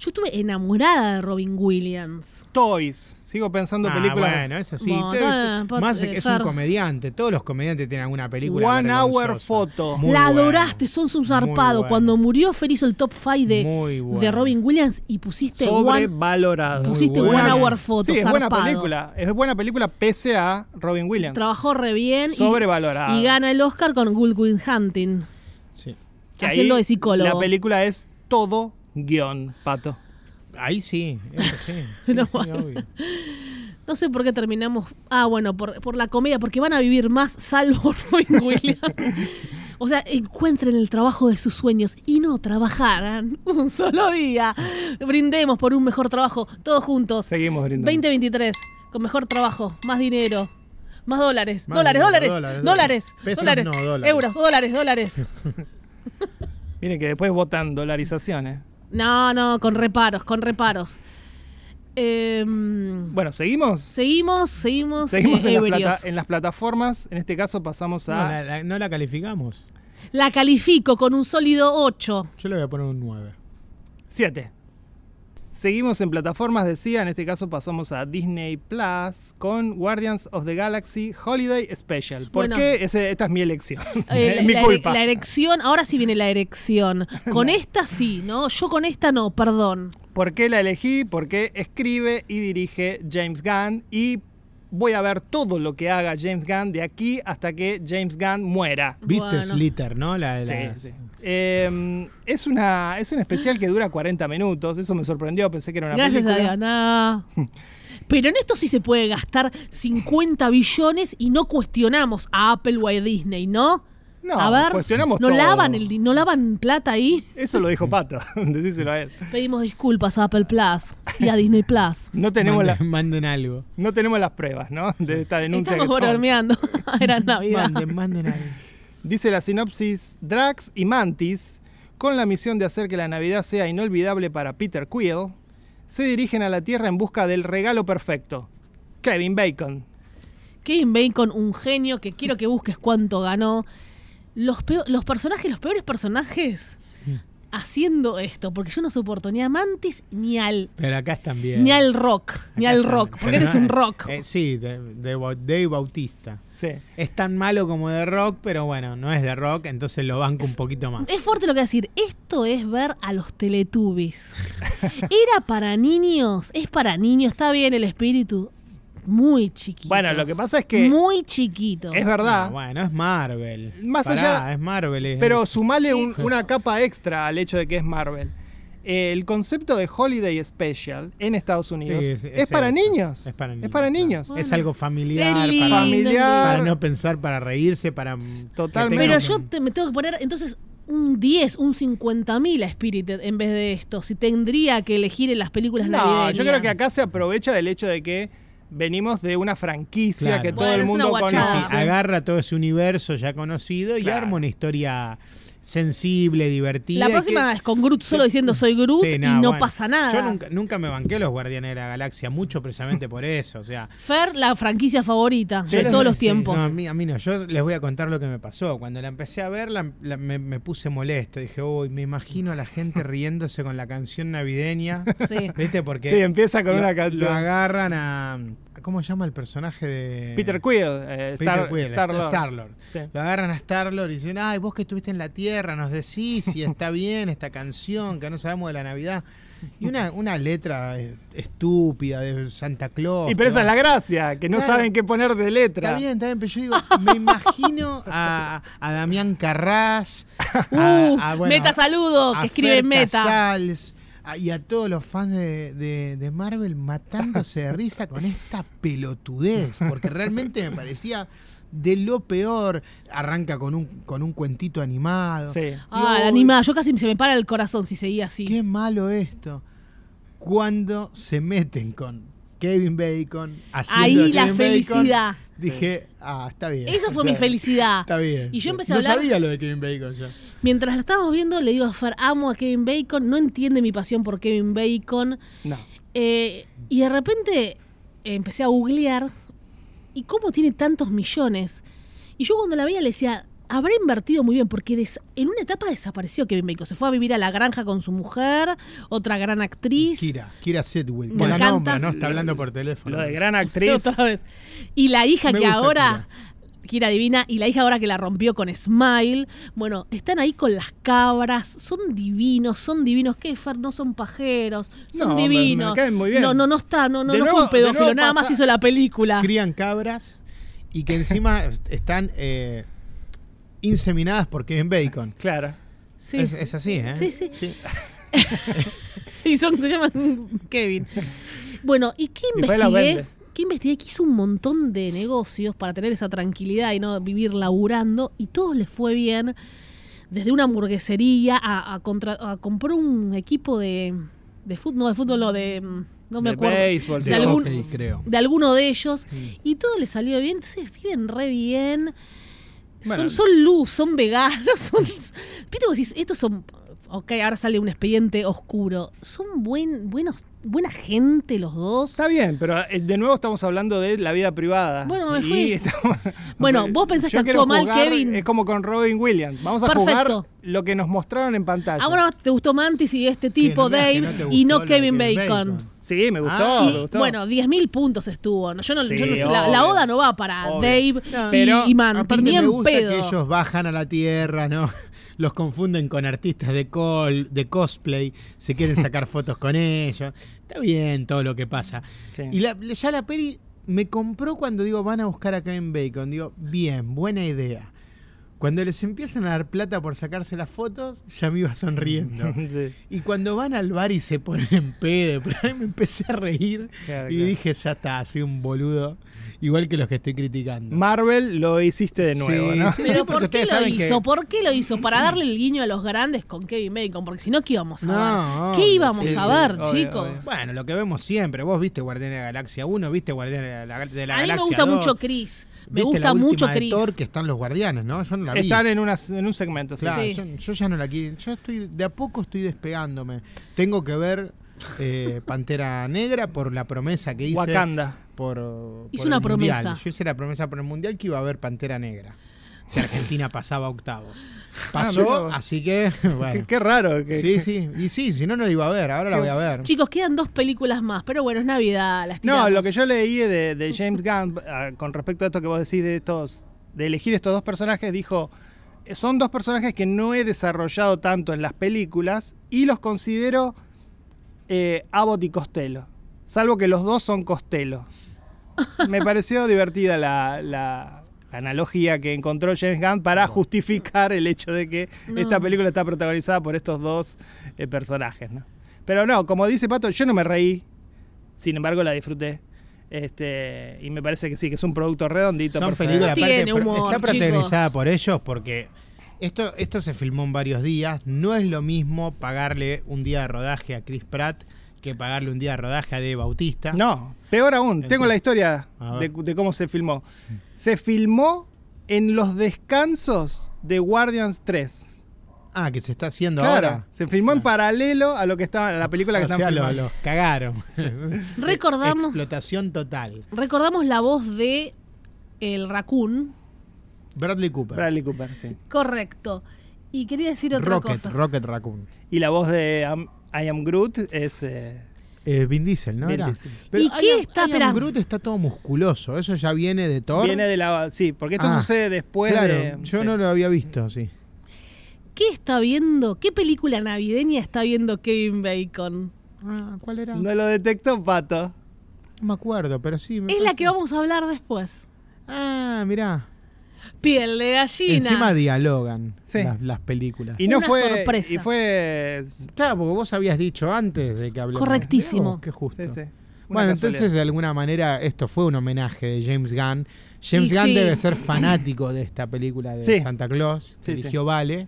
Yo estuve enamorada de Robin Williams. Toys. Sigo pensando Ah, películas. Bueno, es así. Bueno, Te- está bien, te- más Pat- que es Fer. un comediante. Todos los comediantes tienen alguna película. One vergonzosa. Hour Photo. Muy la bueno, adoraste, son un muy zarpado. bueno. Cuando murió, Fer hizo el top 5 Muy de, bueno. de Robin Williams y pusiste One, Sobrevalorado. pusiste Muy one bueno. Hour Photo, Sí, es buena zarpado. película. Es buena película pese a Robin Williams. Trabajó re bien. y- Sobrevalorado. Y, gana el Oscar con Good Will Hunting. Sí. Que haciendo ahí de psicólogo. La película es todo guión, pato. Ahí sí, eso sí. sí, No, sí, bueno. obvio. No sé por qué terminamos. Ah, bueno, por, por la comedia, porque van a vivir más salvo Robin Williams. O sea, encuentren el trabajo de sus sueños y no trabajaran un solo día. Brindemos por un mejor trabajo, todos juntos. Seguimos brindando. 2023, con mejor trabajo, más dinero, más dólares, Más dólares, dinero, dólares, dólares, dólares. dólares, dólares, Pesos no, dólares. euros, dólares, dólares. Miren que después votan dolarizaciones. No, no, con reparos, con reparos. Em, Bueno, ¿seguimos? seguimos, seguimos. Seguimos eh, en las, ebrios. plata- en las plataformas. En este caso pasamos No, a... la- la- no la calificamos. La califico con un sólido 8. Yo le voy a poner un 9. 7. Seguimos en plataformas, decía, en este caso pasamos a Disney Plus con Guardians of the Galaxy Holiday Special. ¿Por Bueno. qué? Ese- esta es mi elección. Eh, es mi la, culpa. la erección, ahora sí viene la erección. Con esta sí, ¿no? Yo con esta no, perdón. ¿Por qué la elegí? Porque escribe y dirige James Gunn y voy a ver todo lo que haga James Gunn de aquí hasta que James Gunn muera. Viste Bueno. Slitter, ¿no? La, la- Sí, sí. Eh, es, una, es un especial que dura 40 minutos, eso me sorprendió, pensé que era una Gracias película. a Dios, no. Pero en esto sí se puede gastar 50 billones y no cuestionamos a Apple o a Disney, ¿no? No, a ver, cuestionamos no todo. lavan el, di- no lavan plata ahí. Eso lo dijo Pato, decíselo a él. Pedimos disculpas a Apple Plus y a Disney Plus. No tenemos, la- Manden- manden algo. no tenemos las pruebas, ¿no? De esta denuncia. Estamos que estamos- bromeando. Era Navidad. Manden, manden algo. Dice la sinopsis: Drax y Mantis, con la misión de hacer que la Navidad sea inolvidable para Peter Quill, se dirigen a la Tierra en busca del regalo perfecto: Kevin Bacon. Kevin Bacon, un genio que quiero que busques cuánto ganó. Los, peo- los personajes, los peores personajes haciendo esto, porque yo no soporto ni a Mantis ni al, Pero acá están bien. ni al rock, ni Acá al están- rock, porque eres un rock. Eh, sí, de, de Bau- Dave Bautista. Sí. Es tan malo como de rock, pero bueno, no es de rock, entonces lo banco un poquito más. Es fuerte lo que voy a decir. Esto es ver a los Teletubbies. Era para niños, es para niños, está bien el espíritu. Muy chiquito. Bueno, lo que pasa es que- Muy chiquito. Es verdad. No, bueno, es Marvel. Más allá- Es Marvel. es- Pero sumale un- Chicos. una capa extra al hecho de que es Marvel. Eh, El concepto de Holiday Special en Estados Unidos Sí, es, para eso. niños. Es para niños. niños. claro. Es algo familiar. Qué lindo, para- familiar. Para no pensar, para reírse, para. mm, Totalmente. que Pero tenga yo un- te- me tengo que poner entonces un 10, un 50 mil a Spirited en vez de esto. Si tendría que elegir en las películas No, navideñas. yo creo que acá se aprovecha del hecho de que venimos de una franquicia Claro. que todo Bueno, el es una mundo guachada. conoce. Sí, agarra todo ese universo ya conocido y Claro. arma una historia sensible, divertida. La próxima que- es con Groot solo diciendo soy Groot Sí, y no bueno. pasa nada. Yo nunca, nunca me banqué los Guardianes de la Galaxia, mucho precisamente por eso. O sea, Fer, la franquicia favorita Yo de les- todos los sí, tiempos. no, a, mí, a mí no, yo les voy a contar lo que me pasó. Cuando la empecé a ver, la- la- me, me puse molesta. Dije, uy, me imagino a la gente riéndose con la canción navideña. Sí. ¿Viste? Porque Sí, empieza con lo, una lo canción. agarran a. a- ¿Cómo se llama el personaje de. Peter Quill, eh, Peter Star, Quill, Star-Lord. Star-Lord. Sí. Lo agarran a Star-Lord y dicen, ay, vos que estuviste en la Tierra, nos decís si está bien esta canción, que no sabemos de la Navidad. Y una, una letra eh, estúpida de Santa Claus. Y pero que esa es va- la gracia, que no Claro. saben qué poner de letra. Está bien, está bien, pero yo digo, me imagino a, a Damián Carrás, Uh, a, a, Ah, bueno, meta saludo, a Oh, que escribe Fer meta. Casals, a- y a todos los fans de, de- de Marvel matándose de risa con esta pelotudez, porque realmente me parecía de lo peor. Arranca con un, con un cuentito animado. Sí. Ah, Digo, la animada, yo casi se me para el corazón si seguía así. Qué malo esto. Cuando se meten con Kevin Bacon, haciendo Ahí a Kevin la Bacon, felicidad. dije, ah, está bien. Esa fue mi Claro. felicidad. Está bien. Y yo empecé a no hablar- sabía lo de Kevin Bacon yo. Mientras la estábamos viendo, le digo a Fer, amo a Kevin Bacon, no entiende mi pasión por Kevin Bacon. No. Eh, y de repente eh, empecé a googlear, ¿y cómo tiene tantos millones? Y yo cuando la veía le decía, habrá invertido muy bien, porque des- en una etapa desapareció Kevin Bacon. Se fue a vivir a la granja con su mujer, otra gran actriz. Kira, Kira Sedgwick. Me Que la encanta. nombra, ¿no? Está hablando por teléfono. Lo de gran actriz. Otra vez. Y la hija Me que gusta ahora, Kira Divina, y la hija ahora que la rompió con Smile. Bueno, están ahí con las cabras, son divinos, son divinos. ¿Qué, Fer? No son pajeros, son No, me- me divinos. caen muy bien. No, no, no está, no, no, De no fue nuevo- un de nuevo pedófilo, nada pasa- más hizo la película. Crían cabras y que encima están eh, inseminadas por Kevin Bacon. Claro. Sí. Es, es así, ¿eh? Sí, sí. Y son, se llaman Kevin. Bueno, ¿y qué Después la investigué? vende. ¿Qué investigué? Que hizo un montón de negocios para tener esa tranquilidad y no vivir laburando. Y todos les fue bien. Desde una hamburguesería a, a contra- a compró un equipo de, de fútbol, no, de fútbol, no, de... mm, No me De acuerdo. béisbol, de, de algún- hockey, creo. de alguno de ellos. Mm. Y todo les salió bien. Entonces viven re bien. Bueno. Son, son luz, son veganos, son... Viste vos decís, estos son... Ok, ahora sale un expediente oscuro. Son buen, buenos, buena gente los dos. Está bien, pero eh, de nuevo estamos hablando de la vida privada. Bueno, me Y fui. estamos- Bueno, vos pensás Yo que quiero actuó mal jugar, Kevin. Es como con Robin Williams. Vamos a Perfecto. jugar lo que nos mostraron en pantalla. Ahora Ah, te gustó Mantis y este Que tipo, no digas Dave, que no te y gustó no lo de Kevin Bacon. Sí, me gustó, Ah, me Y, gustó. bueno, 10.000 puntos estuvo. ¿no? Yo no, Sí, yo no- la, la obvio. oda no va para Obvio. Dave No, y, pero y Mantis, Aparte ni me en gusta pedo. que ellos bajan a la tierra, ¿no? Los confunden con artistas de col, de cosplay, se quieren sacar fotos con ellos. Está bien todo lo que pasa. Sí. Y la- ya la peli me compró cuando digo van a buscar a Kevin Bacon. Digo, bien, buena idea. Cuando les empiezan a dar plata por sacarse las fotos, ya me iba sonriendo. Sí. Y cuando van al bar y se ponen en pedo, pero ahí me empecé a reír Claro, y claro. dije, ya está, soy un boludo, igual que los que estoy criticando. Marvel lo hiciste de nuevo, Sí, ¿no? sí. Pero porque ¿por qué ustedes lo saben que- hizo? ¿Por qué lo hizo? Para darle el guiño a los grandes con Kevin Bacon, porque si no, ¿qué íbamos a No, ver? ¿Qué obvio, íbamos sí, a sí, ver, obvio, chicos? obvio. Bueno, lo que vemos siempre. Vos viste Guardián de la Galaxia 1, viste Guardián de la, de la a mí Galaxia me gusta 2, mucho Chris. viste Me gusta la última mucho de Chris. Thor, que están los guardianes, ¿no? Yo no la vi. Están en, una, en un segmento. sí. Claro, Sí. yo, yo ya no la quiero. Yo estoy, de a poco estoy despegándome. Tengo que ver eh, Pantera Negra por la promesa que hice. Wakanda. Por, por Hizo el una Mundial. promesa. Yo hice la promesa por el mundial que iba a haber Pantera Negra. Si Argentina pasaba a octavos. mira Pasó, Ah, vos. así que, Qué, bueno. qué raro. Que, Sí, sí. Y sí, si no, no la iba a ver. Ahora la voy a ver. Chicos, quedan dos películas más, pero bueno, es Navidad, las No, tiramos. lo que yo leí de, de James Gunn ah, con respecto a esto que vos decís de estos, de elegir estos dos personajes, dijo, son dos personajes que no he desarrollado tanto en las películas y los considero eh, Abbott y Costello, salvo que los dos son Costello. Me pareció divertida la, la- la analogía que encontró James Gunn para justificar el hecho de que No. esta película está protagonizada por estos dos eh, personajes. ¿no? Pero no, como dice Pato, yo no me reí, sin embargo la disfruté. Este, y me parece que sí, que es un producto redondito. Son perfecto. películas No aparte, tiene pro- humor, está chicos. protagonizada por ellos porque esto, esto se filmó en varios días. No es lo mismo pagarle un día de rodaje a Chris Pratt que pagarle un día de rodaje a De Bautista. No, peor aún, tengo la historia A de, ver. de cómo se filmó. Se filmó en los descansos de Guardians 3. Ah, que se está haciendo Claro, ahora. Ah. se filmó en paralelo a lo que estaba a la película que O están sea, lo- los, filmando. cagaron. Recordamos, Explotación total. recordamos la voz de el raccoon. Bradley Cooper. Bradley Cooper, sí. Correcto. Y quería decir otra Rocket, cosa. Rocket Raccoon. Y la voz de Am- I Am Groot es... eh, Eh, Vin Diesel, ¿no? Vin era? Diesel. ¿Y qué Ian- está- Ian espera. Groot está todo musculoso. Eso ya viene de Thor. viene de la... Sí, porque esto Ah, sucede después claro, de... yo sí. no lo había visto, sí. ¿Qué está viendo? ¿Qué película navideña está viendo Kevin Bacon? Ah, ¿cuál era? No, No lo detectó, Pato. me acuerdo, pero sí. me Es la parece- que vamos a hablar después. Ah, mirá. Piel de gallina. Encima dialogan Sí. las, las películas. Y no Una fue... sorpresa. Y fue... Claro, porque vos habías dicho antes de que hablemos. Correctísimo. Mirá vos, Qué justo. Sí, sí. Una Bueno, casualidad. entonces de alguna manera esto fue un homenaje de James Gunn. James Y Gunn sí. debe ser fanático de esta película de Sí. Santa Claus, Sí, que eligió Vale.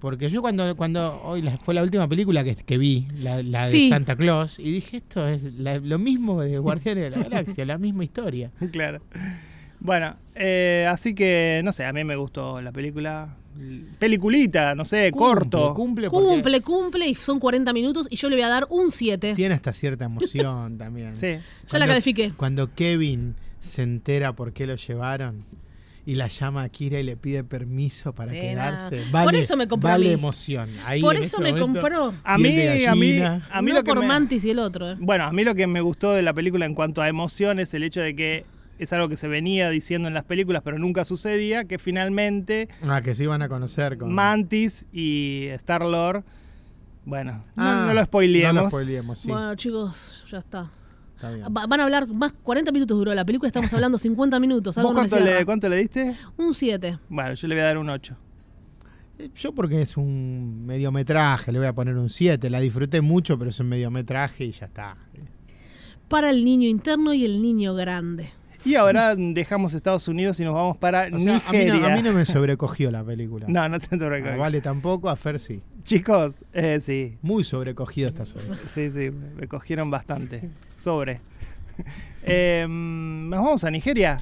Porque yo cuando, cuando hoy la- fue la última película que, que vi, la, la de Sí. Santa Claus, y dije esto es la- lo mismo de Guardianes de la Galaxia, la misma historia. Claro. Bueno, eh, así que, no sé, a mí me gustó la película. Peliculita, no sé, corto. Cumple, cumple, porque Cumple, cumple y son 40 minutos y yo le voy a dar un 7. tiene hasta cierta emoción también. Sí. Ya la califiqué. Cuando Kevin se entera por qué lo llevaron y la llama a Kira y le pide permiso para Sí, quedarse, nada. vale, Por eso me compró a vale mí. emoción. Ahí, Por en eso ese me momento, compró. A piel mí, de a mí, gallina. a mí Uno lo que por me- Mantis y el otro. eh. Bueno, a mí lo que me gustó de la película en cuanto a emoción es el hecho de que es algo que se venía diciendo en las películas, pero nunca sucedía, que finalmente Ah, que se iban a conocer con Mantis y Star-Lord, bueno, no- Ah, no, lo spoileemos. No lo spoileemos, sí. Bueno, chicos, ya está. está bien. Va- van a hablar más. 40 minutos duró la película, estamos hablando 50 minutos. ¿Vos algo no me cuánto le, cierra. cuánto le diste? Un 7. Bueno, yo le voy a dar un 8. Yo porque es un mediometraje, le voy a poner un 7. La disfruté mucho, pero es un mediometraje y ya está. Para el niño interno y el niño grande. Y ahora dejamos Estados Unidos y nos vamos para O sea, a mí, Nigeria. no, a mí no me sobrecogió la película. No, no te A preocupes. Vale tampoco, a Fer sí. Chicos, eh, sí, Muy sobrecogido esta sobre. sí, sí, me cogieron bastante. Sobre. Eh, nos vamos a Nigeria.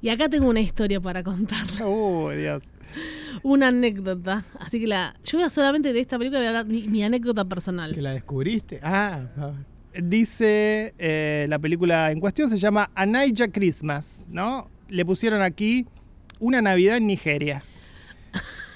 Y acá tengo una historia para contar. Uh, Dios. Una anécdota. Así que la, yo voy a solamente de esta película voy a hablar mi, mi anécdota ¿Que personal. la descubriste? Ah, ah. Dice eh, la película en cuestión se llama Anaija Christmas, ¿no? Le pusieron aquí una Navidad en Nigeria.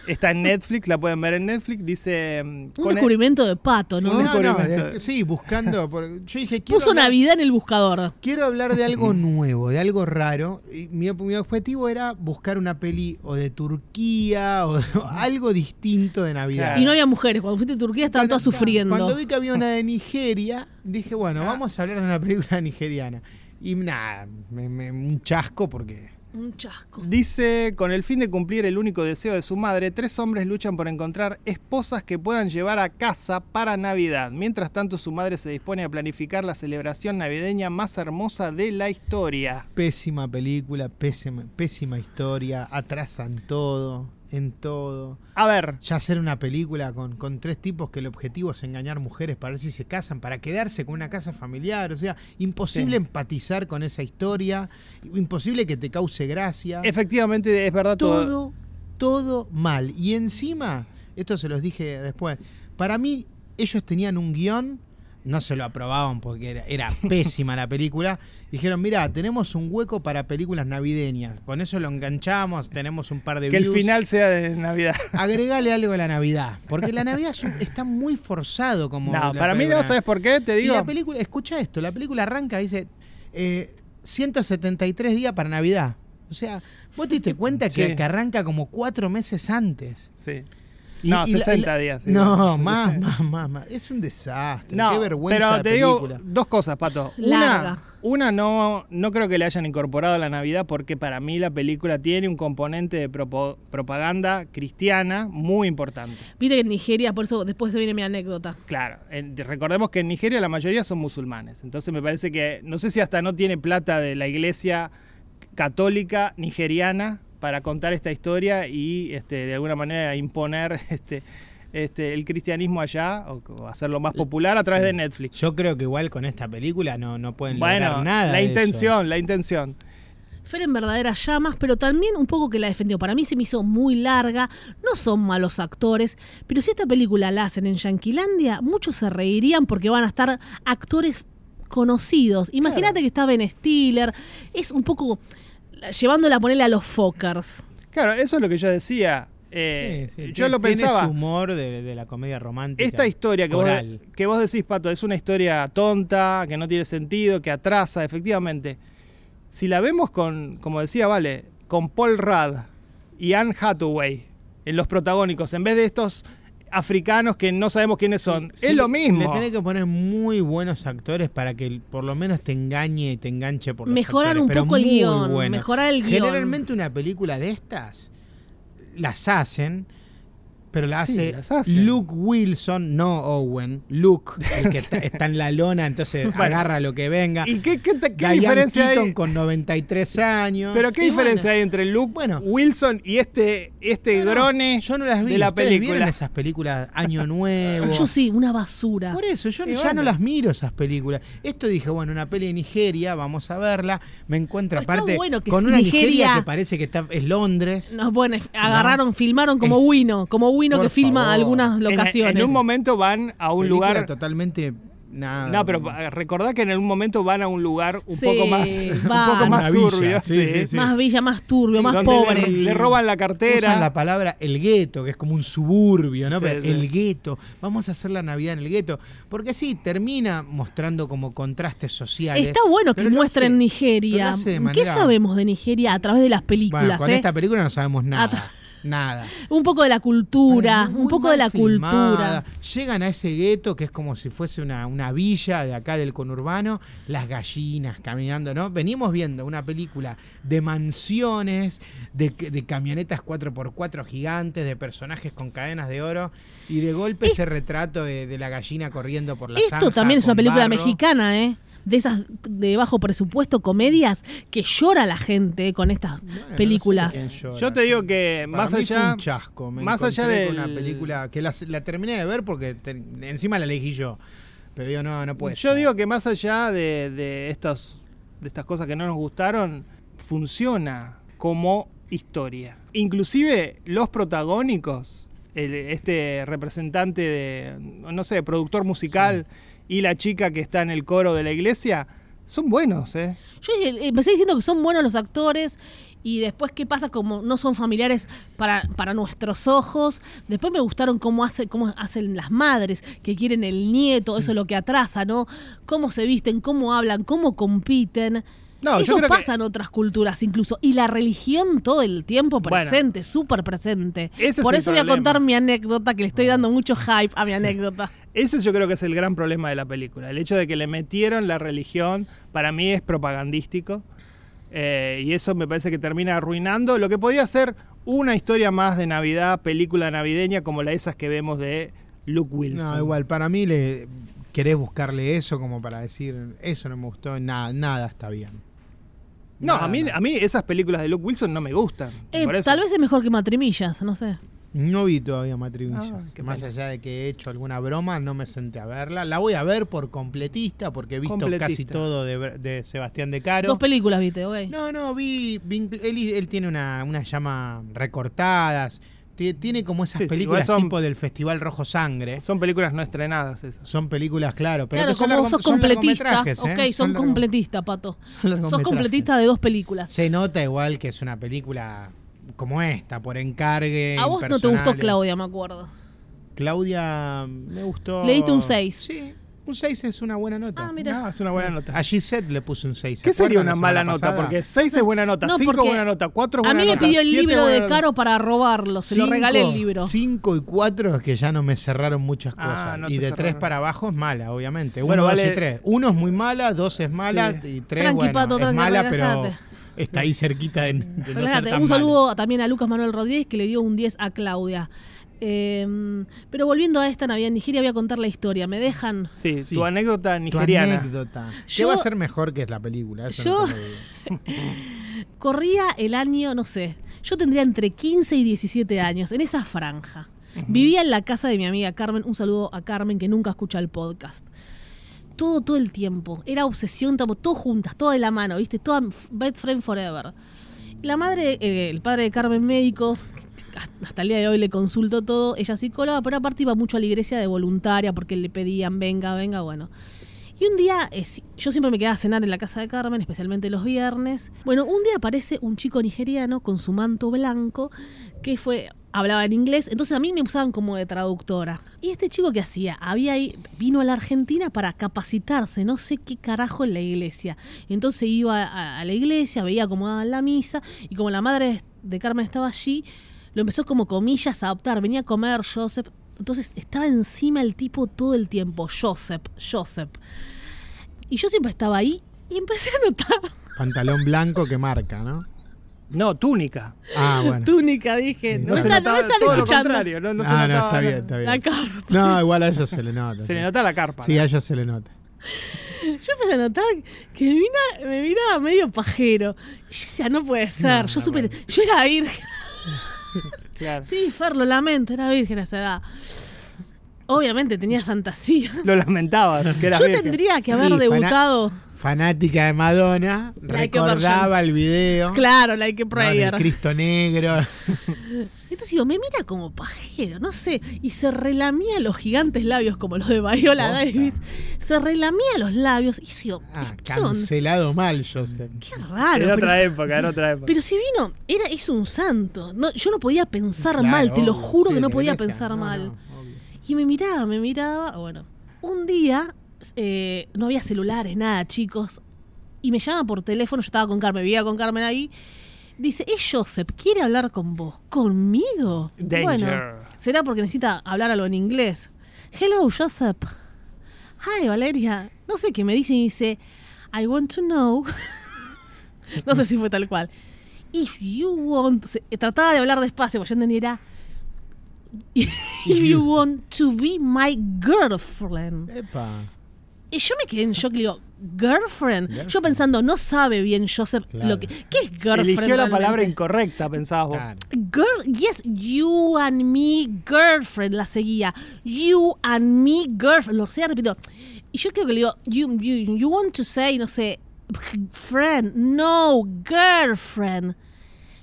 Está en Netflix, la pueden ver en Netflix. Dice. mm, Un con- descubrimiento de pato, ¿no? Un descubrimiento. de- sí, buscando. por- yo dije, quiero Puso hablar, Navidad en el buscador. quiero hablar de algo nuevo, de algo raro. Y mi, mi objetivo era buscar una peli o de Turquía o, o algo distinto de Navidad. Claro. Y no había mujeres. Cuando fuiste a Turquía estaban todas Cuando- Cuando sufriendo. Ah. vi que había una de Nigeria, dije, bueno, vamos a hablar de una película nigeriana. Y nada, me- me- un chasco porque. Un chasco. Dice, con el fin de cumplir el único deseo de su madre, tres hombres luchan por encontrar esposas que puedan llevar a casa para Navidad. Mientras tanto, su madre se dispone a planificar la celebración navideña más hermosa de la historia. Pésima película, pésima, pésima historia, atrasan todo, en todo. A ver, Ya hacer una película con, con tres tipos que el objetivo es engañar mujeres para ver si se casan, para quedarse con una casa familiar, o sea, imposible Sí. empatizar con esa historia, imposible que te cause gracia. efectivamente es verdad todo. todo, todo mal. Y encima, esto se los dije después, para mí ellos tenían un guión, no se lo aprobaban porque era, era pésima la película. Dijeron, mira, tenemos un hueco para películas navideñas. Con eso lo enganchamos, tenemos un par de Que el views. final sea de Navidad. Agregale algo a la Navidad, porque la Navidad es un- está muy forzado como... No, la para mí no, película. ¿sabes por qué? Te Y digo. la película, escucha esto, la película arranca, dice eh, 173 días para Navidad. O sea, vos te diste cuenta que, Sí. que arranca como cuatro meses antes. Sí. Y- No, y la- y la- 60 días. sí. No, más, más, más, más. Es un desastre. No, Qué vergüenza. Pero de te digo película. dos cosas, Pato. Larga. Una, una no, no creo que le hayan incorporado la Navidad porque para mí la película tiene un componente de propo- propaganda cristiana muy importante. Viste que en Nigeria, por eso después se viene mi anécdota. Claro, en- recordemos que en Nigeria la mayoría son musulmanes. Entonces me parece que, no sé si hasta no tiene plata de la iglesia católica nigeriana para contar esta historia y este, de alguna manera imponer este, este, el cristianismo allá o, o hacerlo más popular a través de Netflix. Yo creo que igual con esta película no, no pueden Bueno, lograr nada. la de eso. intención, la intención. Fer en verdaderas llamas, pero también un poco que la defendió. Para mí se me hizo muy larga, no son malos actores, pero si esta película la hacen en Yanquilandia, muchos se reirían porque van a estar actores conocidos. Imagínate que está Ben Stiller, es un poco la- llevándola a ponerle a los Fockers. Claro, eso es lo que yo decía. Eh, Sí, sí, yo tiene- lo pensaba. Tiene su humor de, de la comedia romántica. Esta historia que vos, coral. que vos decís, Pato, es una historia tonta, que no tiene sentido, que atrasa, efectivamente. Si la vemos con, como decía Vale, con Paul Rudd y Anne Hathaway en los protagónicos, en vez de estos africanos que no sabemos quiénes son, Sí, es lo le- Le mismo. tenés que poner muy buenos actores para que el- por lo menos te engañe y te enganche por los Mejorar actores, un pero poco el muy guión, buenos. mejorar el guión. Generalmente una película de estas las hacen, pero la Sí, hace las hacen. Luke Wilson, no Owen. Luke, el que está, está en la lona, entonces Bueno. agarra lo que venga. ¿Y qué, qué- qué Diane diferencia Keaton hay? con 93 años. Pero qué Y diferencia bueno. hay entre Luke Bueno. Wilson y este, este No, no, grone yo no las vi. de la ¿Ustedes vieron película. esas películas Año Nuevo. Yo sí, una basura. Por eso, yo Y ya bueno. no las miro esas películas. Esto dije, bueno, una peli de Nigeria, vamos a verla. Me encuentro Pero está aparte bueno que con es una Nigeria, Nigeria. que parece que está, es Londres. No, bueno, agarraron, filmaron como Es- Wino, como Wino Por que filma favor. algunas En- locaciones. En, un momento van a un Película lugar. totalmente nada. No, pero pa- recordá que en algún momento van a un lugar un Sí, poco más, van. un poco más Una villa, turbio. sí, sí, sí. Más villa, más turbio, Sí, más donde pobre. Le, le roban la cartera. Usan la palabra el gueto, que es como un suburbio, ¿no? Sí, Pero sí. El gueto. Vamos a hacer la Navidad en el gueto. Porque sí, termina mostrando como contrastes sociales. Está bueno que pero lo hace- muestren pero Nigeria. lo hace de ¿Qué manera- sabemos de Nigeria a través de las películas? Bueno, con eh? esta película no sabemos Atra- nada. Nada. Un poco de la cultura, Muy un poco de mal la filmada. cultura. Llegan a ese gueto que es como si fuese una, una villa de acá del conurbano, las gallinas caminando, ¿no? Venimos viendo una película de mansiones, de, de camionetas 4x4 gigantes, de personajes con cadenas de oro, y de golpe Es- ese retrato de, de la gallina corriendo por la Esto zanja también es una con película barro. mexicana, ¿eh? De esas de bajo presupuesto, comedias que llora la gente eh, con estas Bueno, no sé películas. quién llora. Yo te digo que Para más mí fue allá. un chasco. Me más allá encontré del- con una película que la, la terminé de ver porque te- encima la elegí yo. Pero digo, no, no puede Yo ser. digo que más allá de, de estos, de estas cosas que no nos gustaron, funciona como historia. Inclusive los protagónicos, el- este representante de, no sé, productor musical y la chica que está en el coro de la iglesia, son buenos, ¿eh? Yo eh, empecé diciendo que son buenos los actores y después qué pasa como no son familiares para, para nuestros ojos. Después me gustaron cómo, hace, cómo hacen las madres que quieren el nieto, eso es lo que atrasa, ¿no? Cómo se visten, cómo hablan, cómo compiten. No, yo eso creo que- pasa en otras culturas incluso. Y la religión todo el tiempo Bueno. presente, súper presente. Ese es Por el eso voy a problema. contar mi anécdota, que le estoy dando mucho hype a mi anécdota. Ese yo creo que es el gran problema de la película. El hecho de que le metieron la religión, para mí es propagandístico. Eh, y eso me parece que termina arruinando lo que podía ser una historia más de Navidad, película navideña, como la esas que vemos de Luke Wilson. No, igual, para mí le querés buscarle eso como para decir, eso no me gustó, nada, nada está bien. No, Nada, a mí, nada. a mí esas películas de Luke Wilson no me gustan. Eh, por eso. tal vez es mejor que matrimillas, no sé. No vi todavía Matrivillas. Ah, qué Más pena. allá de que he hecho alguna broma, no me senté a verla. La voy a ver por completista, porque he visto casi Completista. todo de, de Sebastián de Caro. Dos películas, viste, ok. No, no, vi. vi- él, él tiene una, una llama recortadas. ti- Tiene como esas Sí, sí, películas igual son- tipo del Festival Rojo Sangre. Son películas no estrenadas esas. Son películas, claro, pero claro, que son como largo- sos son completista. largometrajes, ¿eh? Ok, son, largo- completista, pato. son Sos largometrajes. completista de dos películas. Se nota igual que es una película como esta, por encargue. A vos no te impersonal. gustó Claudia, me acuerdo. Claudia me gustó. Le diste un seis. Sí, un 6 es una buena nota. Ah, mira. No, es una buena nota. A Gisette le puse un 6. ¿Qué sería una mala nota? Porque 6 es buena nota, No, 5 porque es buena nota, 4 es A buena mí me nota. pidió el siete es libro buena de nota. Caro para robarlo. Se lo regalé el libro. 5 y 4 es que ya no me cerraron muchas Ah, cosas. no y te de 3 cerraron. para abajo es mala, obviamente. 1, Bueno, 2 vale. y 3. 1 es muy mala, 2 es mala Sí. y 3 Tranqui, bueno, Pato, es tranqui, mala, relajate. pero está ahí cerquita de, de no ser Relájate. tan un mala. saludo también a Lucas Manuel Rodríguez que le dio un 10 a Claudia. Eh, pero volviendo a esta Navidad en Nigeria, voy a contar la historia. ¿Me dejan? Sí, Sí. tu anécdota Tu nigeriana. anécdota. ¿Qué Yo- va a ser mejor que es la película? Eso Yo- no te lo digo. Corría el año, no sé, yo tendría entre 15 y 17 años, en esa franja. Vivía en la casa de mi amiga Carmen, un saludo a Carmen que nunca escucha el podcast. todo, todo el tiempo. Era obsesión, estamos todos juntas, toda de la mano, ¿viste? Toda best friend forever. La madre, eh, el padre de Carmen, médico, hasta el día de hoy le consulto todo, ella es psicóloga, pero aparte iba mucho a la iglesia de voluntaria porque le pedían, venga, venga, bueno. Y un día, eh, si- yo siempre me quedaba a cenar en la casa de Carmen, especialmente los viernes. Bueno, un día aparece un chico nigeriano con su manto blanco que fue hablaba en inglés, entonces a mí me usaban como de traductora. Y este chico que hacía, había ahí- vino a la Argentina para capacitarse, no sé qué carajo en la iglesia. Entonces iba a, a la iglesia, veía cómo daban la misa y como la madre de Carmen estaba allí, lo empezó como comillas a adoptar, venía a comer Joseph. Entonces estaba encima el tipo todo el tiempo, Joseph, Joseph. Y yo siempre estaba ahí y empecé a notar Pantalón blanco que marca, ¿no? No, túnica. Ah, bueno. túnica, dije. Sí. No, se están- notaba están todo lo escuchando. contrario. No, no se ah, no, notaba está bien, nada. está La bien. carpa. No, igual a ella se le nota. Se le sí. nota la carpa. Sí, ¿no? a ella se le nota. Yo empecé a notar que me, mira- me miraba medio pajero. Y yo decía, no puede ser. No, yo no, supe- bueno. yo era virgen. Claro. Sí, Fer, lo lamento, era virgen a esa edad. Obviamente tenía fantasía. Lo lamentabas, que eras Yo virgen. tendría que haber Sí, fana- debutado. Fanática de Madonna, Like a recordaba el video. Claro, la que ¿no? del Prayer. Cristo Negro. Ah, Entonces digo, me mira como pajero, no sé. Y se relamía los gigantes labios como los de Viola Posta. Davis. Se relamía los labios. Y digo, Ah, ¿qué, onda? cancelado mal, Joseph. Qué raro. Era pero- otra época, era otra época. Pero si vino, era, es un santo. No, yo no podía pensar Claro, mal, te lo obvio, juro sí, que no la podía iglesia, pensar no, mal. no, obvio. Y me miraba, me miraba. Bueno, un día eh, no había celulares, nada, chicos. Y me llama por teléfono, yo estaba con Carmen, vivía con Carmen ahí. Dice, es Joseph, quiere hablar con vos. ¿Conmigo? Danger. Bueno, será porque necesita hablar algo en inglés. Hello, Joseph. Hi, Valeria. No sé qué me dice y dice, I want to know. no sé si fue tal cual. If you want... se- Trataba de hablar despacio, porque yo entendiera... If you want to be my girlfriend. Epa. Y yo me quedé en shock, le digo, girlfriend. Yo pensando, no sabe bien Joseph Claro. lo que. ¿Qué es girlfriend? Eligió la palabra realmente? incorrecta, pensabas vos. Claro. Girl, yes, you and me, girlfriend, la seguía. You and me, girlfriend. Lo sé, repito. Y yo creo que le digo, you, you, you want to say, no sé, friend, no, girlfriend.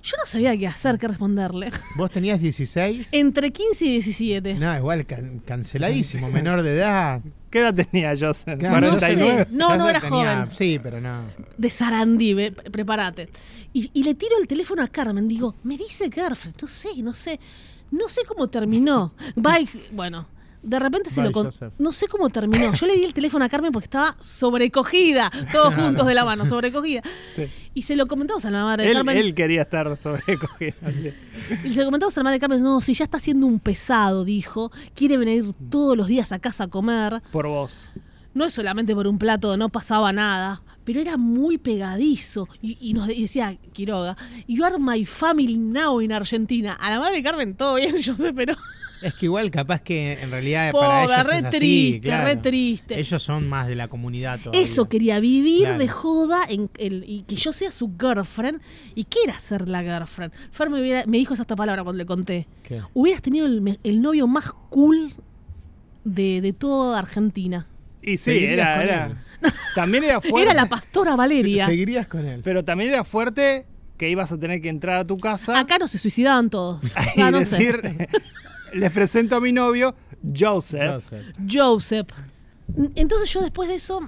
Yo no sabía qué hacer, qué responderle. ¿Vos tenías 16? Entre 15 y 17. No, igual can- canceladísimo, menor de edad. ¿Qué edad tenía Joseph? Claro, No 49. sé. No, no era Tenía- joven. Sí, pero no. de Sarandí, prepárate. Y, y le tiro el teléfono a Carmen, digo, me dice Garfield, no sé, no sé, no sé cómo terminó. Bye, bueno, de repente se Bye, lo con- Joseph. No sé cómo terminó. Yo le di el teléfono a Carmen porque estaba sobrecogida, todos juntos de la mano, sobrecogida. Sí. Y se lo comentamos a la madre de Él, Carmen. él quería estar sobrecogido. sí. Y se lo comentamos a la madre de Carmen, no, si ya está siendo un pesado, dijo, quiere venir todos los días a casa a comer. Por vos. no es solamente por un plato, no pasaba nada, pero era muy pegadizo. Y, y nos decía Quiroga, You are my family now in Argentina. A la madre de Carmen, todo bien, yo sé, pero. Es que igual capaz que en realidad para Pobre, ellos re es así, triste, claro. re triste. Ellos son más de la comunidad todavía. Eso, quería vivir Claro. de joda en el- y que yo sea su girlfriend y quiera ser la girlfriend. Fer me, hubiera- me dijo esa esta palabra cuando le conté. ¿Qué? Hubieras tenido el, me- el novio más cool de, de toda Argentina. Y sí, Seguirías era, con era. él. También era fuerte. Era la pastora Valeria. ¿Seguirías con él? Pero también era fuerte que ibas a tener que entrar a tu casa Acá no se suicidaban todos. y Ah, no sé. decir, les presento a mi novio, Joseph. Joseph. Joseph. N- Entonces yo después de eso,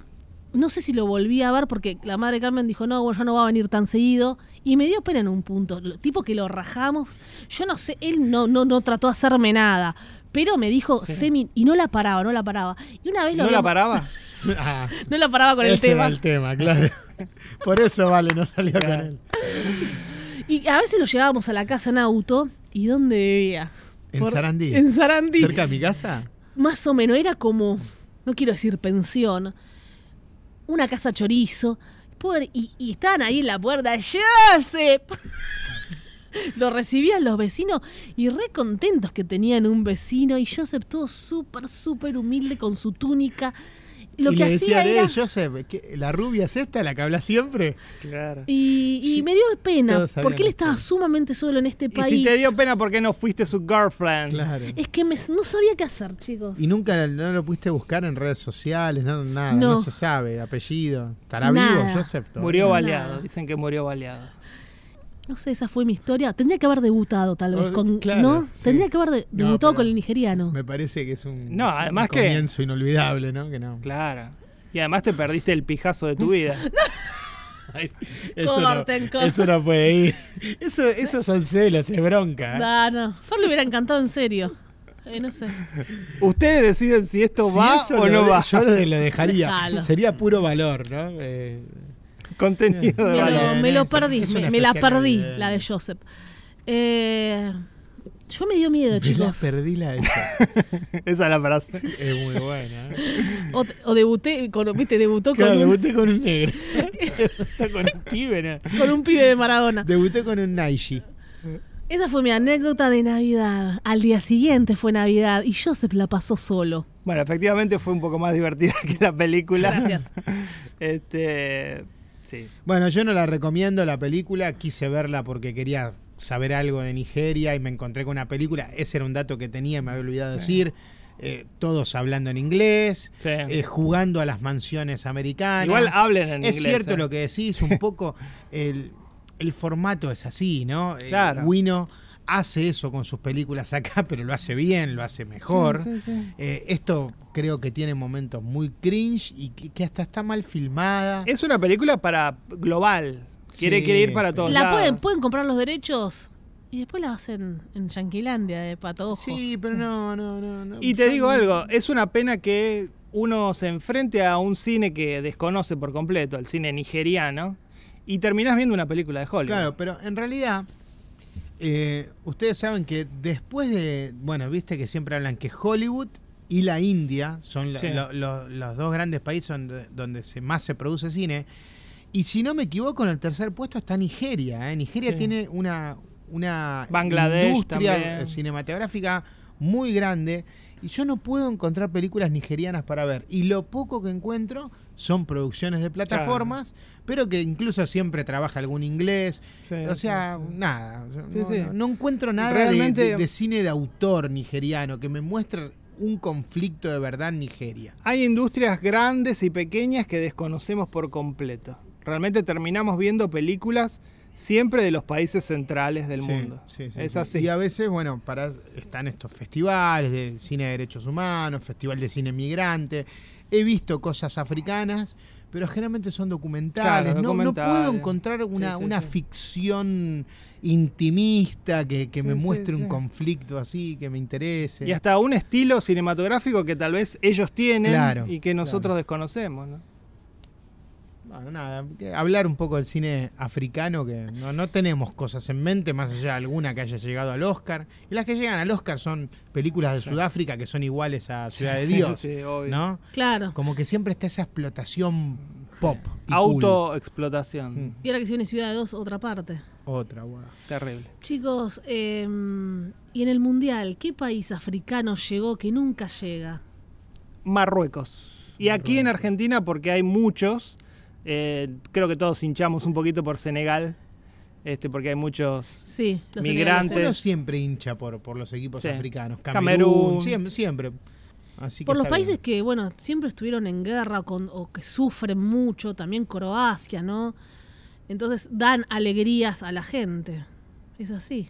no sé si lo volví a ver porque la madre de Carmen dijo, no, bueno, ya no va a venir tan seguido. Y me dio pena en un punto. Lo- Tipo que lo rajamos. Yo no sé, él no, no, no trató de hacerme nada. Pero me dijo, semi, y no la paraba, no la paraba. Y una vez lo ¿No la habíamos- paraba? Ah, no la paraba con el ese tema. era el tema, claro. Por eso Vale no salió con él. Y a veces lo llevábamos a la casa en auto. ¿Y dónde vivía? En Sarandí. En Sarandí. ¿Cerca de mi casa? más o menos, era como, no quiero decir pensión, una casa chorizo. Pobre- y, y estaban ahí en la puerta, ¡Joseph! Lo recibían los vecinos y re contentos que tenían un vecino. Y Joseph todo súper, súper humilde con su túnica. lo y que le decía, hacía era. "Eh, Joseph, ¿qué- la rubia es esta, la que habla siempre. Claro. Y, y Sí, me dio pena, todos sabían porque él la estaba historia. sumamente solo en este Y país. si te dio pena, ¿por qué no fuiste su girlfriend? Claro. Es que me- no sabía qué hacer, chicos. Y nunca no lo pudiste buscar en redes sociales, no, nada, No. no, se sabe, apellido. ¿Estará Nada. vivo Joseph? todavía? Murió Nada. baleado, dicen que murió baleado. No sé, esa fue mi historia. Tendría que haber debutado, tal vez. Oh, Con, claro, ¿No? sí. Tendría que haber de- No, debutado pero- con el nigeriano. Me parece que es un, No, es un además que- comienzo inolvidable, ¿no? Que no. Claro. Y además te perdiste el pijazo de tu vida. Eso, Corten, no, corten. eso no puede ir. Eso, eso son celos, es bronca. ¿eh? No, Ah, no. Fer le hubiera encantado en serio. Eh, no sé. Ustedes deciden si esto Si va eso o lo no de- va. Yo lo, de- lo dejaría. Dejalo. Sería puro valor, ¿no? Eh, Contenido de Me vale, lo, valor. me lo es- perdí, es me, una me la especial perdí, navideña. la de Joseph. Eh, yo me dio miedo, la chicos. perdí la de esa. Esa es la frase. Es muy buena. ¿eh? O, o debuté, con, viste, debutó Claro, con, un, debuté con un negro. Debuté con un pibe, ¿no? con un pibe de Maradona. Debuté con un Naishi. Esa fue mi anécdota de Navidad. Al día siguiente fue Navidad y Joseph la pasó solo. Bueno, efectivamente fue un poco más divertida que la película. Gracias. Este, sí. Bueno, yo no la recomiendo la película, quise verla porque quería saber algo de Nigeria y me encontré con una película, ese era un dato que tenía, me había olvidado decir, Eh, todos hablando en inglés, Sí. eh, jugando a las mansiones americanas. Igual hablen en es inglés. cierto ¿eh? lo que decís, un poco el, el formato es así, ¿no? Eh, Claro. Wino hace eso con sus películas acá, pero lo hace bien, lo hace mejor. Sí, sí. Eh, esto creo que tiene momentos muy cringe y que, que hasta está mal filmada. Es una película para global. Quiere, Sí, quiere ir para sí. todos La lados. pueden, pueden comprar los derechos y después la hacen en Yanquilandia eh, de pato ojo. Sí, pero no, no, no. no. Y te digo algo, es una pena que uno se enfrente a un cine que desconoce por completo, el cine nigeriano, y terminás viendo una película de Hollywood. Claro, pero en realidad, eh, ustedes saben que después de. Bueno, viste que siempre hablan que Hollywood y la India son lo- Sí. lo- lo- los dos grandes países donde, donde se, más se produce cine. Y si no me equivoco, en el tercer puesto está Nigeria. ¿eh? Nigeria Sí. tiene una, una Bangladesh industria también. eh, cinematográfica muy grande. Y yo no puedo encontrar películas nigerianas para ver. Y lo poco que encuentro son producciones de plataformas, pero que incluso siempre trabaja algún inglés. Sí, o sea, sí, sí. nada. O sea, Sí, no, sí. no- no encuentro nada de- Realmente- de, de cine de autor nigeriano que me muestre un conflicto de verdad en Nigeria. Hay industrias grandes y pequeñas que desconocemos por completo. Realmente terminamos viendo películas siempre de los países centrales del Sí, mundo. sí, sí, es sí. así. Y a veces, bueno, para están estos festivales de cine de derechos humanos, festival de cine migrante. He visto cosas africanas, pero generalmente son documentales. Claro, no, no puedo documentales. encontrar una, Sí, sí, una sí. ficción intimista que, que me Sí, sí, muestre un sí. conflicto así, que me interese. Y hasta un estilo cinematográfico que tal vez ellos tienen Claro, y que nosotros claro. desconocemos. ¿no? Bueno, nada, que hablar un poco del cine africano, que no, no tenemos cosas en mente, más allá de alguna que haya llegado al Oscar. Y las que llegan al Oscar son películas de Sudáfrica que son iguales a Ciudad de Sí, Dios, sí, obvio. ¿no? Claro. Como que siempre está esa explotación pop. y cool. Autoexplotación. Mm, Y ahora que se viene Ciudad de Dos, otra parte. Otra, bueno. Terrible. Chicos, eh, y en el Mundial, ¿qué país africano llegó que nunca llega? Marruecos. Y aquí en Argentina, porque hay muchos, eh, creo que todos hinchamos un poquito por Senegal, este, porque hay muchos... Sí, los Migrantes. Uno senegaleses. siempre hincha por, por los equipos Sí. africanos. Camerún. Camerún. Siempre. siempre. Así que Por los está países bien. que, bueno, siempre estuvieron en guerra con, o que sufren mucho, también Croacia, ¿no? Entonces dan alegrías a la gente. Es así.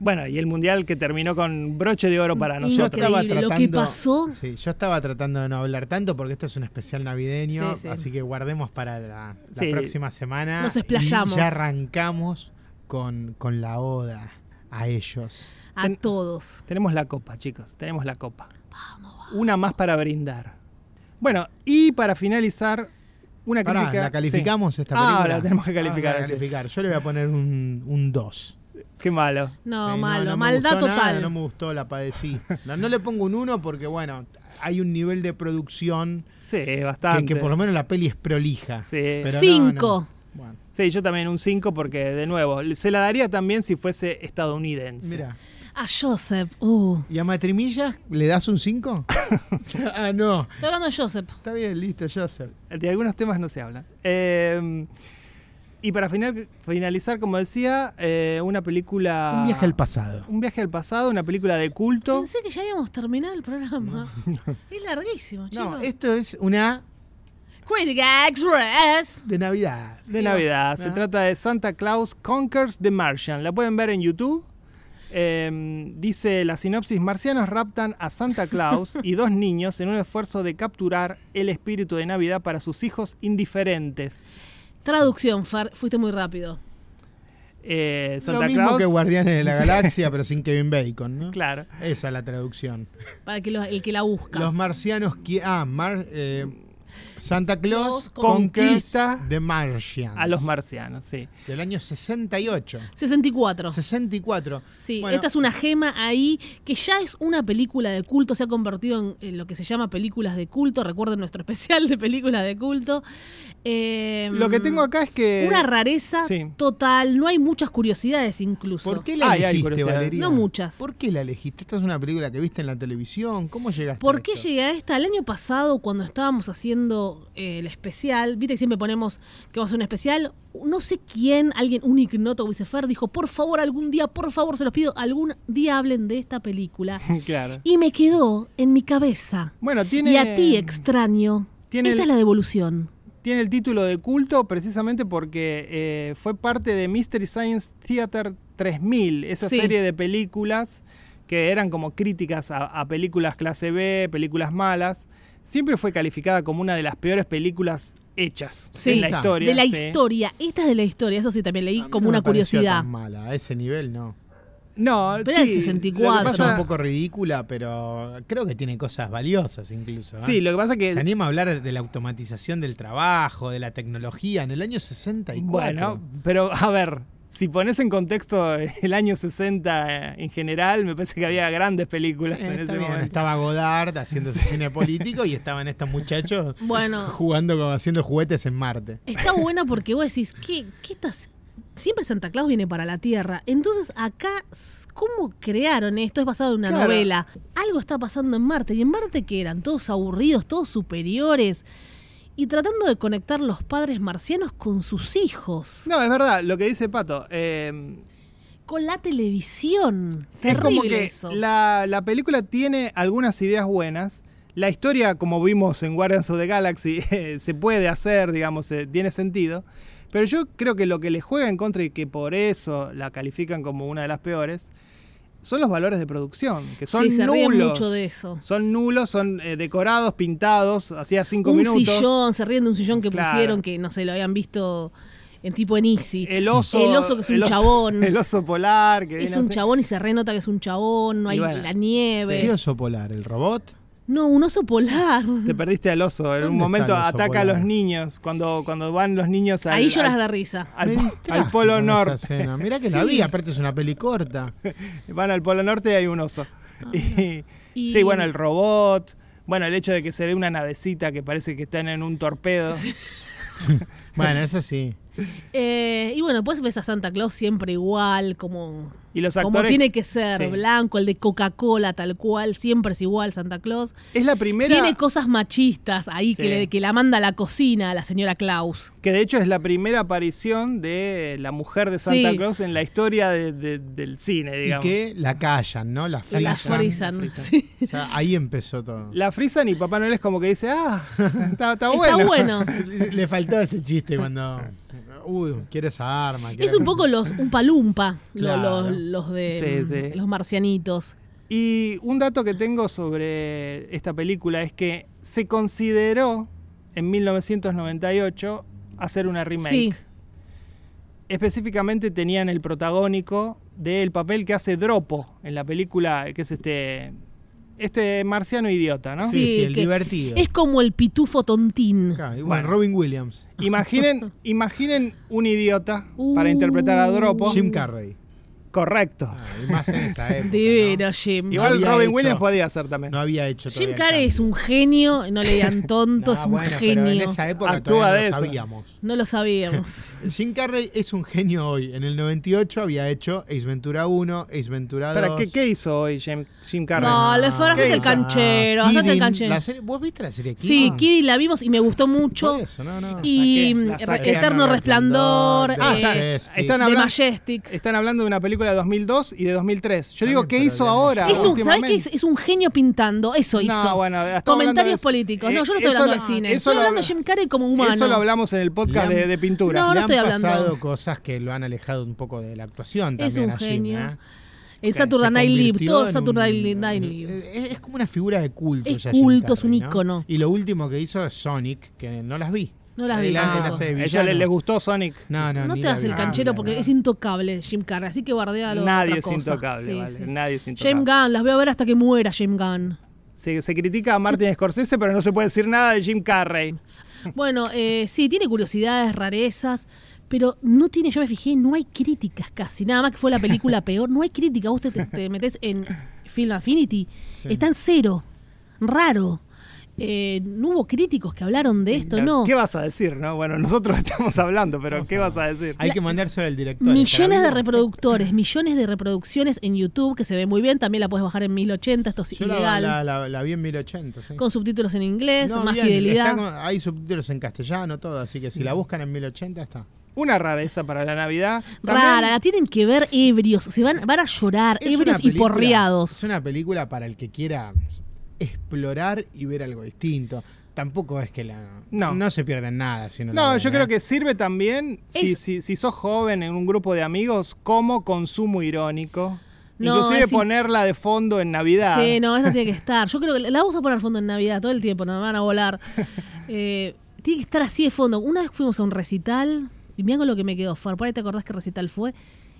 Bueno, y el Mundial que terminó con broche de oro para Yo nosotros. estaba Increíble, lo que tratando- pasó. Sí, yo estaba tratando de no hablar tanto porque esto es un especial navideño, Sí, sí. así que guardemos para la, la Sí. próxima semana. Nos explayamos. Y ya arrancamos con, con la oda a ellos. A Ten- todos. Tenemos la copa, chicos, tenemos la copa. Una más para brindar. Bueno, y para finalizar, una Pará, crítica... ¿La calificamos Sí. esta Ah, película? la tenemos que Vamos a calificar, sí. calificar. Yo le voy a poner un un 2. Qué malo. No, Eh, malo, me maldad gustó nada, total. no me gustó, la padecí. No, no le pongo un 1 porque, bueno, hay un nivel de producción Sí, que, bastante. que por lo menos la peli es prolija. Sí. Pero no, Cinco. no. Bueno, Sí, yo también un 5 porque, de nuevo, se la daría también si fuese estadounidense. mira. A Joseph. Uh. ¿Y a Matrimillas le das un 5? ah, no. Estoy hablando de Joseph. Está bien, listo, Joseph. De algunos temas no se habla. Eh, y para final- finalizar, como decía, eh, una película. Un viaje al pasado. Un viaje al pasado, una película de culto. Pensé que ya habíamos terminado el programa. Es larguísimo, chicos. No, esto es una Critic Express. de Navidad. De Navidad. Se Ah. trata de Santa Claus Conquers the Martian. La pueden ver en YouTube. Eh, dice la sinopsis, marcianos raptan a Santa Claus y dos niños en un esfuerzo de capturar el espíritu de Navidad para sus hijos indiferentes. Traducción, Fer, fuiste muy rápido. Eh, Santa Lo mismo Claus, que Guardianes de la Galaxia, pero sin Kevin Bacon, ¿no? Claro. Esa es la traducción. Para que lo- el que la busca. Los marcianos... qui- Ah, mar- eh, Santa Los Claus conquista conquista de Martians. A los marcianos, sí. Del año 68. 64. 64. Sí, Bueno, esta es una gema ahí que ya es una película de culto, se ha convertido en, en lo que se llama películas de culto. Recuerden nuestro especial de películas de culto. Em, Eh, Lo que tengo acá es que... Una rareza sí. total, no hay muchas curiosidades incluso. ¿Por qué la Ay, ay, elegiste, curiosidad. Valeria? No muchas. ¿Por qué la elegiste? Esta es una película que viste en la televisión. ¿Cómo llegaste a ¿Por qué esto? llegué a esta? El año pasado, cuando estábamos haciendo eh, el especial, viste que siempre ponemos que vamos a hacer un especial, no sé quién, alguien, un ignoto como dice Fer, dijo, por favor, algún día, por favor, se los pido, algún día hablen de esta película. Claro. Y me quedó en mi cabeza. Bueno, tiene... Y a ti, extraño. tiene esta el- es la devolución. Tiene el título de culto precisamente porque eh, fue parte de Mystery Science Theater 3000, esa Sí. serie de películas que eran como críticas a, a películas clase B, películas malas. Siempre fue calificada como una de las peores películas hechas Sí. Ah, en la Está. historia. de la sí. historia. Esta es de la historia. Eso sí, también A mí leí no como me una pareció curiosidad. tan mala, a ese nivel no. No, Pero sí, era el 64. Lo que Es un pasa, poco ridícula, pero creo que tiene cosas valiosas incluso. ¿eh? sí, lo que pasa que Se anima a hablar de la automatización del trabajo, de la tecnología en el año 64. Bueno, pero a ver, si pones en contexto el año 60 eh, en general, me parece que había grandes Sí, películas en está ese bien, momento. estaba Godard haciendo su cine político y estaban estos muchachos Bueno, jugando con- haciendo juguetes en Marte. está buena porque vos decís, ¿qué, qué estás? Siempre Santa Claus viene para la Tierra. Entonces, acá, s- ¿cómo crearon esto? Es basado en una Claro. novela. Algo está pasando en Marte. ¿Y en Marte qué eran? Todos aburridos, todos superiores. Y tratando de conectar los padres marcianos con sus hijos. No, es verdad, lo que dice Pato. eh, Con la televisión. es Terrible como que eso. la, la película tiene algunas ideas buenas. La historia, como vimos en Guardians of the Galaxy, eh, se puede hacer, digamos, eh, tiene sentido. Pero yo creo que lo que le juega en contra y que por eso la califican como una de las peores son los valores de producción, que son sí, se ríen nulos. mucho de eso. Son nulos, son eh, decorados, pintados, hacía cinco un minutos. sillón, se ríen de un sillón que Claro. pusieron que no sé, lo habían visto en tipo en Easy. El oso. El oso que es un el oso- chabón. El oso polar. Que es viene un así. chabón y se renota que es un chabón, no Y hay bueno, la nieve. ¿Qué oso polar? ¿El robot? No, un oso polar. Te perdiste al oso. En ¿Dónde un momento está el oso ataca a polar? los niños. Cuando, cuando van los niños al, Ahí lloras al, de risa. al- Me al distraje polo con esa norte. escena. Mirá que la Sí. vi, aparte es una peli corta. Van al polo norte y hay un oso. Y- Ah, Y- Sí, bueno, el robot. Bueno, el hecho de que se ve una navecita que parece que están en un torpedo. Bueno, eso sí. Eh, y bueno, pues ves a Santa Claus siempre igual, como, Y los como actores. tiene que ser, sí. blanco, el de Coca-Cola, tal cual, siempre es igual Santa Claus. Es la primera. Tiene cosas machistas ahí Sí. que, le- que la manda a la cocina a la señora Claus. Que de hecho es la primera aparición de la mujer de Santa Sí. Claus en la historia de- de- del cine, digamos. Y que la callan, ¿no? La frisan. La la frisan. frisan. sí. O sea, ahí empezó todo. La frisan y Papá Noel es como que dice, ah, está, está bueno. Está bueno. Le le faltó ese chiste cuando. Uy, quiero esa arma. quiero- Es un poco los un palumpa, Claro. los, de Sí, sí. los marcianitos. Y un dato que tengo sobre esta película es que se consideró en 1998 hacer una remake. Sí. Específicamente tenían el protagónico del papel que hace Dropo en la película, que es este, este marciano idiota, ¿no? Sí, sí, Sí, el que- divertido. Es como el pitufo tontín. Claro, y bueno, Bueno. Robin Williams. Imaginen, imaginen un idiota Uh. para interpretar a Dropo Jim Carrey. Correcto. Ah, y más en esa época. Divino, ¿no? Jim. Igual había Robin hecho. Williams podía hacer también. No había hecho Jim todavía el Carrey cambio. es un genio, no le digan tonto, No, es un bueno, genio. Pero en esa época Actúa todavía de no eso. lo sabíamos. No lo sabíamos. Jim Carrey es un genio hoy. En el 98 había hecho Ace Ventura 1, Ace Ventura 2. Espera, ¿qué, qué hizo hoy Jim, Jim Carrey? No, le fue- hacete ¿qué el hizo? Ah, canchero, hacete el Kidding, canchero. la serie- ¿Vos viste la serie sí, Kidding? Kiri la vimos y me gustó mucho. Por eso, no, no. Y saqué, la mm, saqué. Eterno Resplandor, Ah, eh, está. de Majestic. están hablando- Majestic. Están hablando de una película de 2002 y de 2003. Yo digo, bien, ¿qué pero hizo bien. ahora? Es un, ¿Sabes últimamente? qué? Es, es un genio pintando, eso hizo. No, bueno, estamos hablando de- Comentarios políticos. No, yo no estoy Eh, eso hablando de lo- cine. eso Estoy lo hablando de habla- Jim Carrey como humano. Eso lo hablamos en el podcast Le de, han- de pintura. No, Le no han estoy hablando. pasado cosas que lo han alejado un poco de la actuación Es también un a Jim, genio. ¿eh? En Que Saturday se Night Live, convirtió todo en Saturday un- eh, Night Live. Es, es como una figura de culto. Es ya Jim culto, es un Carrey, ¿no? ícono. Y lo último que hizo es Sonic, que no las vi. No las vi Eh, La, tampoco. la hace de A ella villano. le, le gustó Sonic. No, no, No ni te la hagas vi. el canchero porque es intocable Jim Carrey, así que guardealo. Nadie otra es cosa. intocable, Sí, vale. sí. Nadie es James intocable. Gunn, las voy a ver hasta que muera James Gunn. Se, se critica a Martin Scorsese, pero no se puede decir nada de Jim Carrey. Bueno, eh, sí, tiene curiosidades, rarezas, pero no tiene, yo me fijé, no hay críticas casi. Nada más que fue la película peor, no hay crítica. Vos te, te- te metés en Film Affinity, Sí. está en cero, raro. Eh, no hubo críticos que hablaron de esto, no. ¿Qué vas a decir, no? Bueno, nosotros estamos hablando, pero ¿qué vas a decir? Hay que mandárselo al director. ¿eh? Millones de ¿estará vivo? reproductores, millones de reproducciones en YouTube, que se ve muy bien, también la puedes bajar en 1080, esto es Yo la, ilegal, la, la- la vi en 1080, sí. con subtítulos en inglés, No, más bien, fidelidad. está con- hay subtítulos en castellano, todo, así que si la buscan en 1080 está. Una rareza para la Navidad. También- Rara, la tienen que ver ebrios, se van, van a llorar, Es ebrios una película- y porriados. Es una película para el que quiera explorar y ver algo distinto. Tampoco es que la No. no, se pierden nada. Si no, la No, ven, yo ¿eh? creo que sirve también si, Es- si, si sos joven en un grupo de amigos como consumo irónico. No, Inclusive es im- ponerla de fondo en Navidad. Sí, no, esa tiene que estar. Yo creo que la- la vamos a poner fondo en Navidad todo el tiempo, nos van a volar. Eh, tiene que estar así de fondo. Una vez fuimos a un recital, y mirá con lo que me quedó, Far, por ahí te acordás qué recital fue,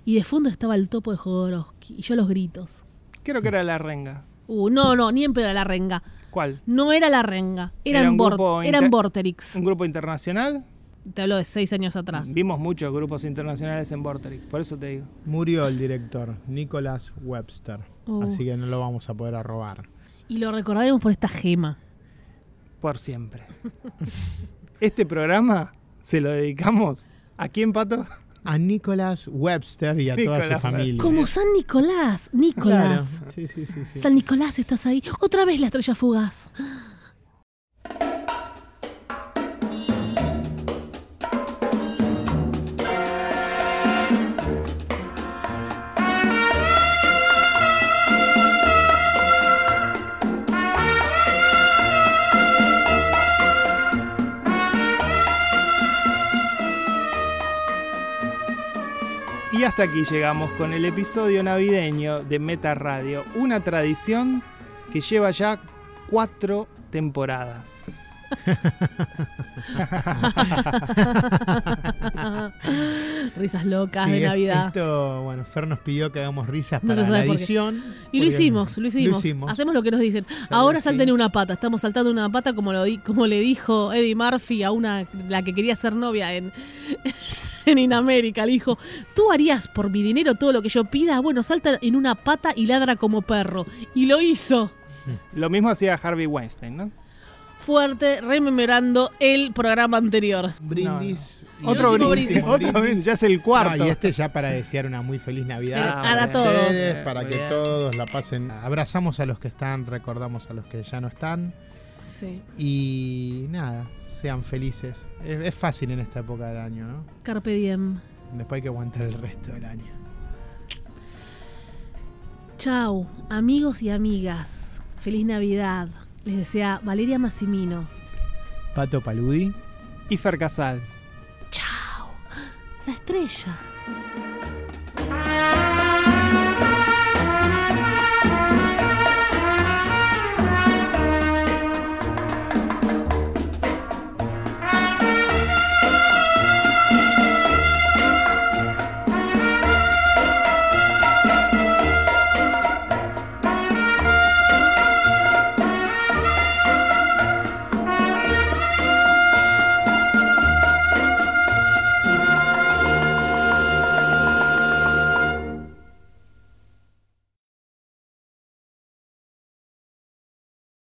y de fondo estaba el topo de Jodorowsky, y yo los gritos. Creo que era la renga. Uh, no, no, ni en pedo era la renga. ¿Cuál? No era la renga, era, Era en, un Vor- grupo era en inter- Vorterix. ¿Un grupo internacional? Te hablo de seis años atrás. Vimos muchos grupos internacionales en Vorterix, por eso te digo. Murió el director, Nicholas Webster. Oh. Así que no lo vamos a poder arrobar. Y lo recordaremos por esta gema. Por siempre. Este programa se lo dedicamos a quién, Pato? A Nicholas Webster y a toda Nicholas su familia. Como San Nicolás, Claro. Nicolás. Sí, sí, sí, sí. San Nicolás, estás ahí. Otra vez la estrella fugaz. Y hasta aquí llegamos con el episodio navideño de Meta Radio, una tradición que lleva ya cuatro temporadas. Risas locas Sí, de es- Navidad. Esto, bueno, Fer nos pidió que hagamos risas No se para sabe la por qué. edición. y lo porque- hicimos, lo hicimos, Hacemos lo que nos dicen. Ahora así. salten una pata. Estamos saltando una pata como lo di- como le dijo Eddie Murphy a una la que quería ser novia en en Inamérica. Le dijo, "Tú harías por mi dinero todo lo que yo pida." Bueno, salta en una pata y ladra como perro. Y lo hizo. Lo mismo hacía Harvey Weinstein, ¿no? Fuerte, rememorando el programa anterior. Brindis. y Otro último brindis, brindis. otro brindis, ya es el cuarto. No, y este ya para desear una muy feliz Navidad. Para a todos. ustedes, para eh, Muy que bien. todos la pasen. Abrazamos a los que están, recordamos a los que ya no están. Sí. Y nada, sean felices. Es, es fácil en esta época del año, ¿no? Carpe diem. Después hay que aguantar el resto del año. Chau, amigos y amigas. Feliz Navidad. Les desea Valeria Massimino. Pato Paludi. Y Fer Casals. Chao. La estrella.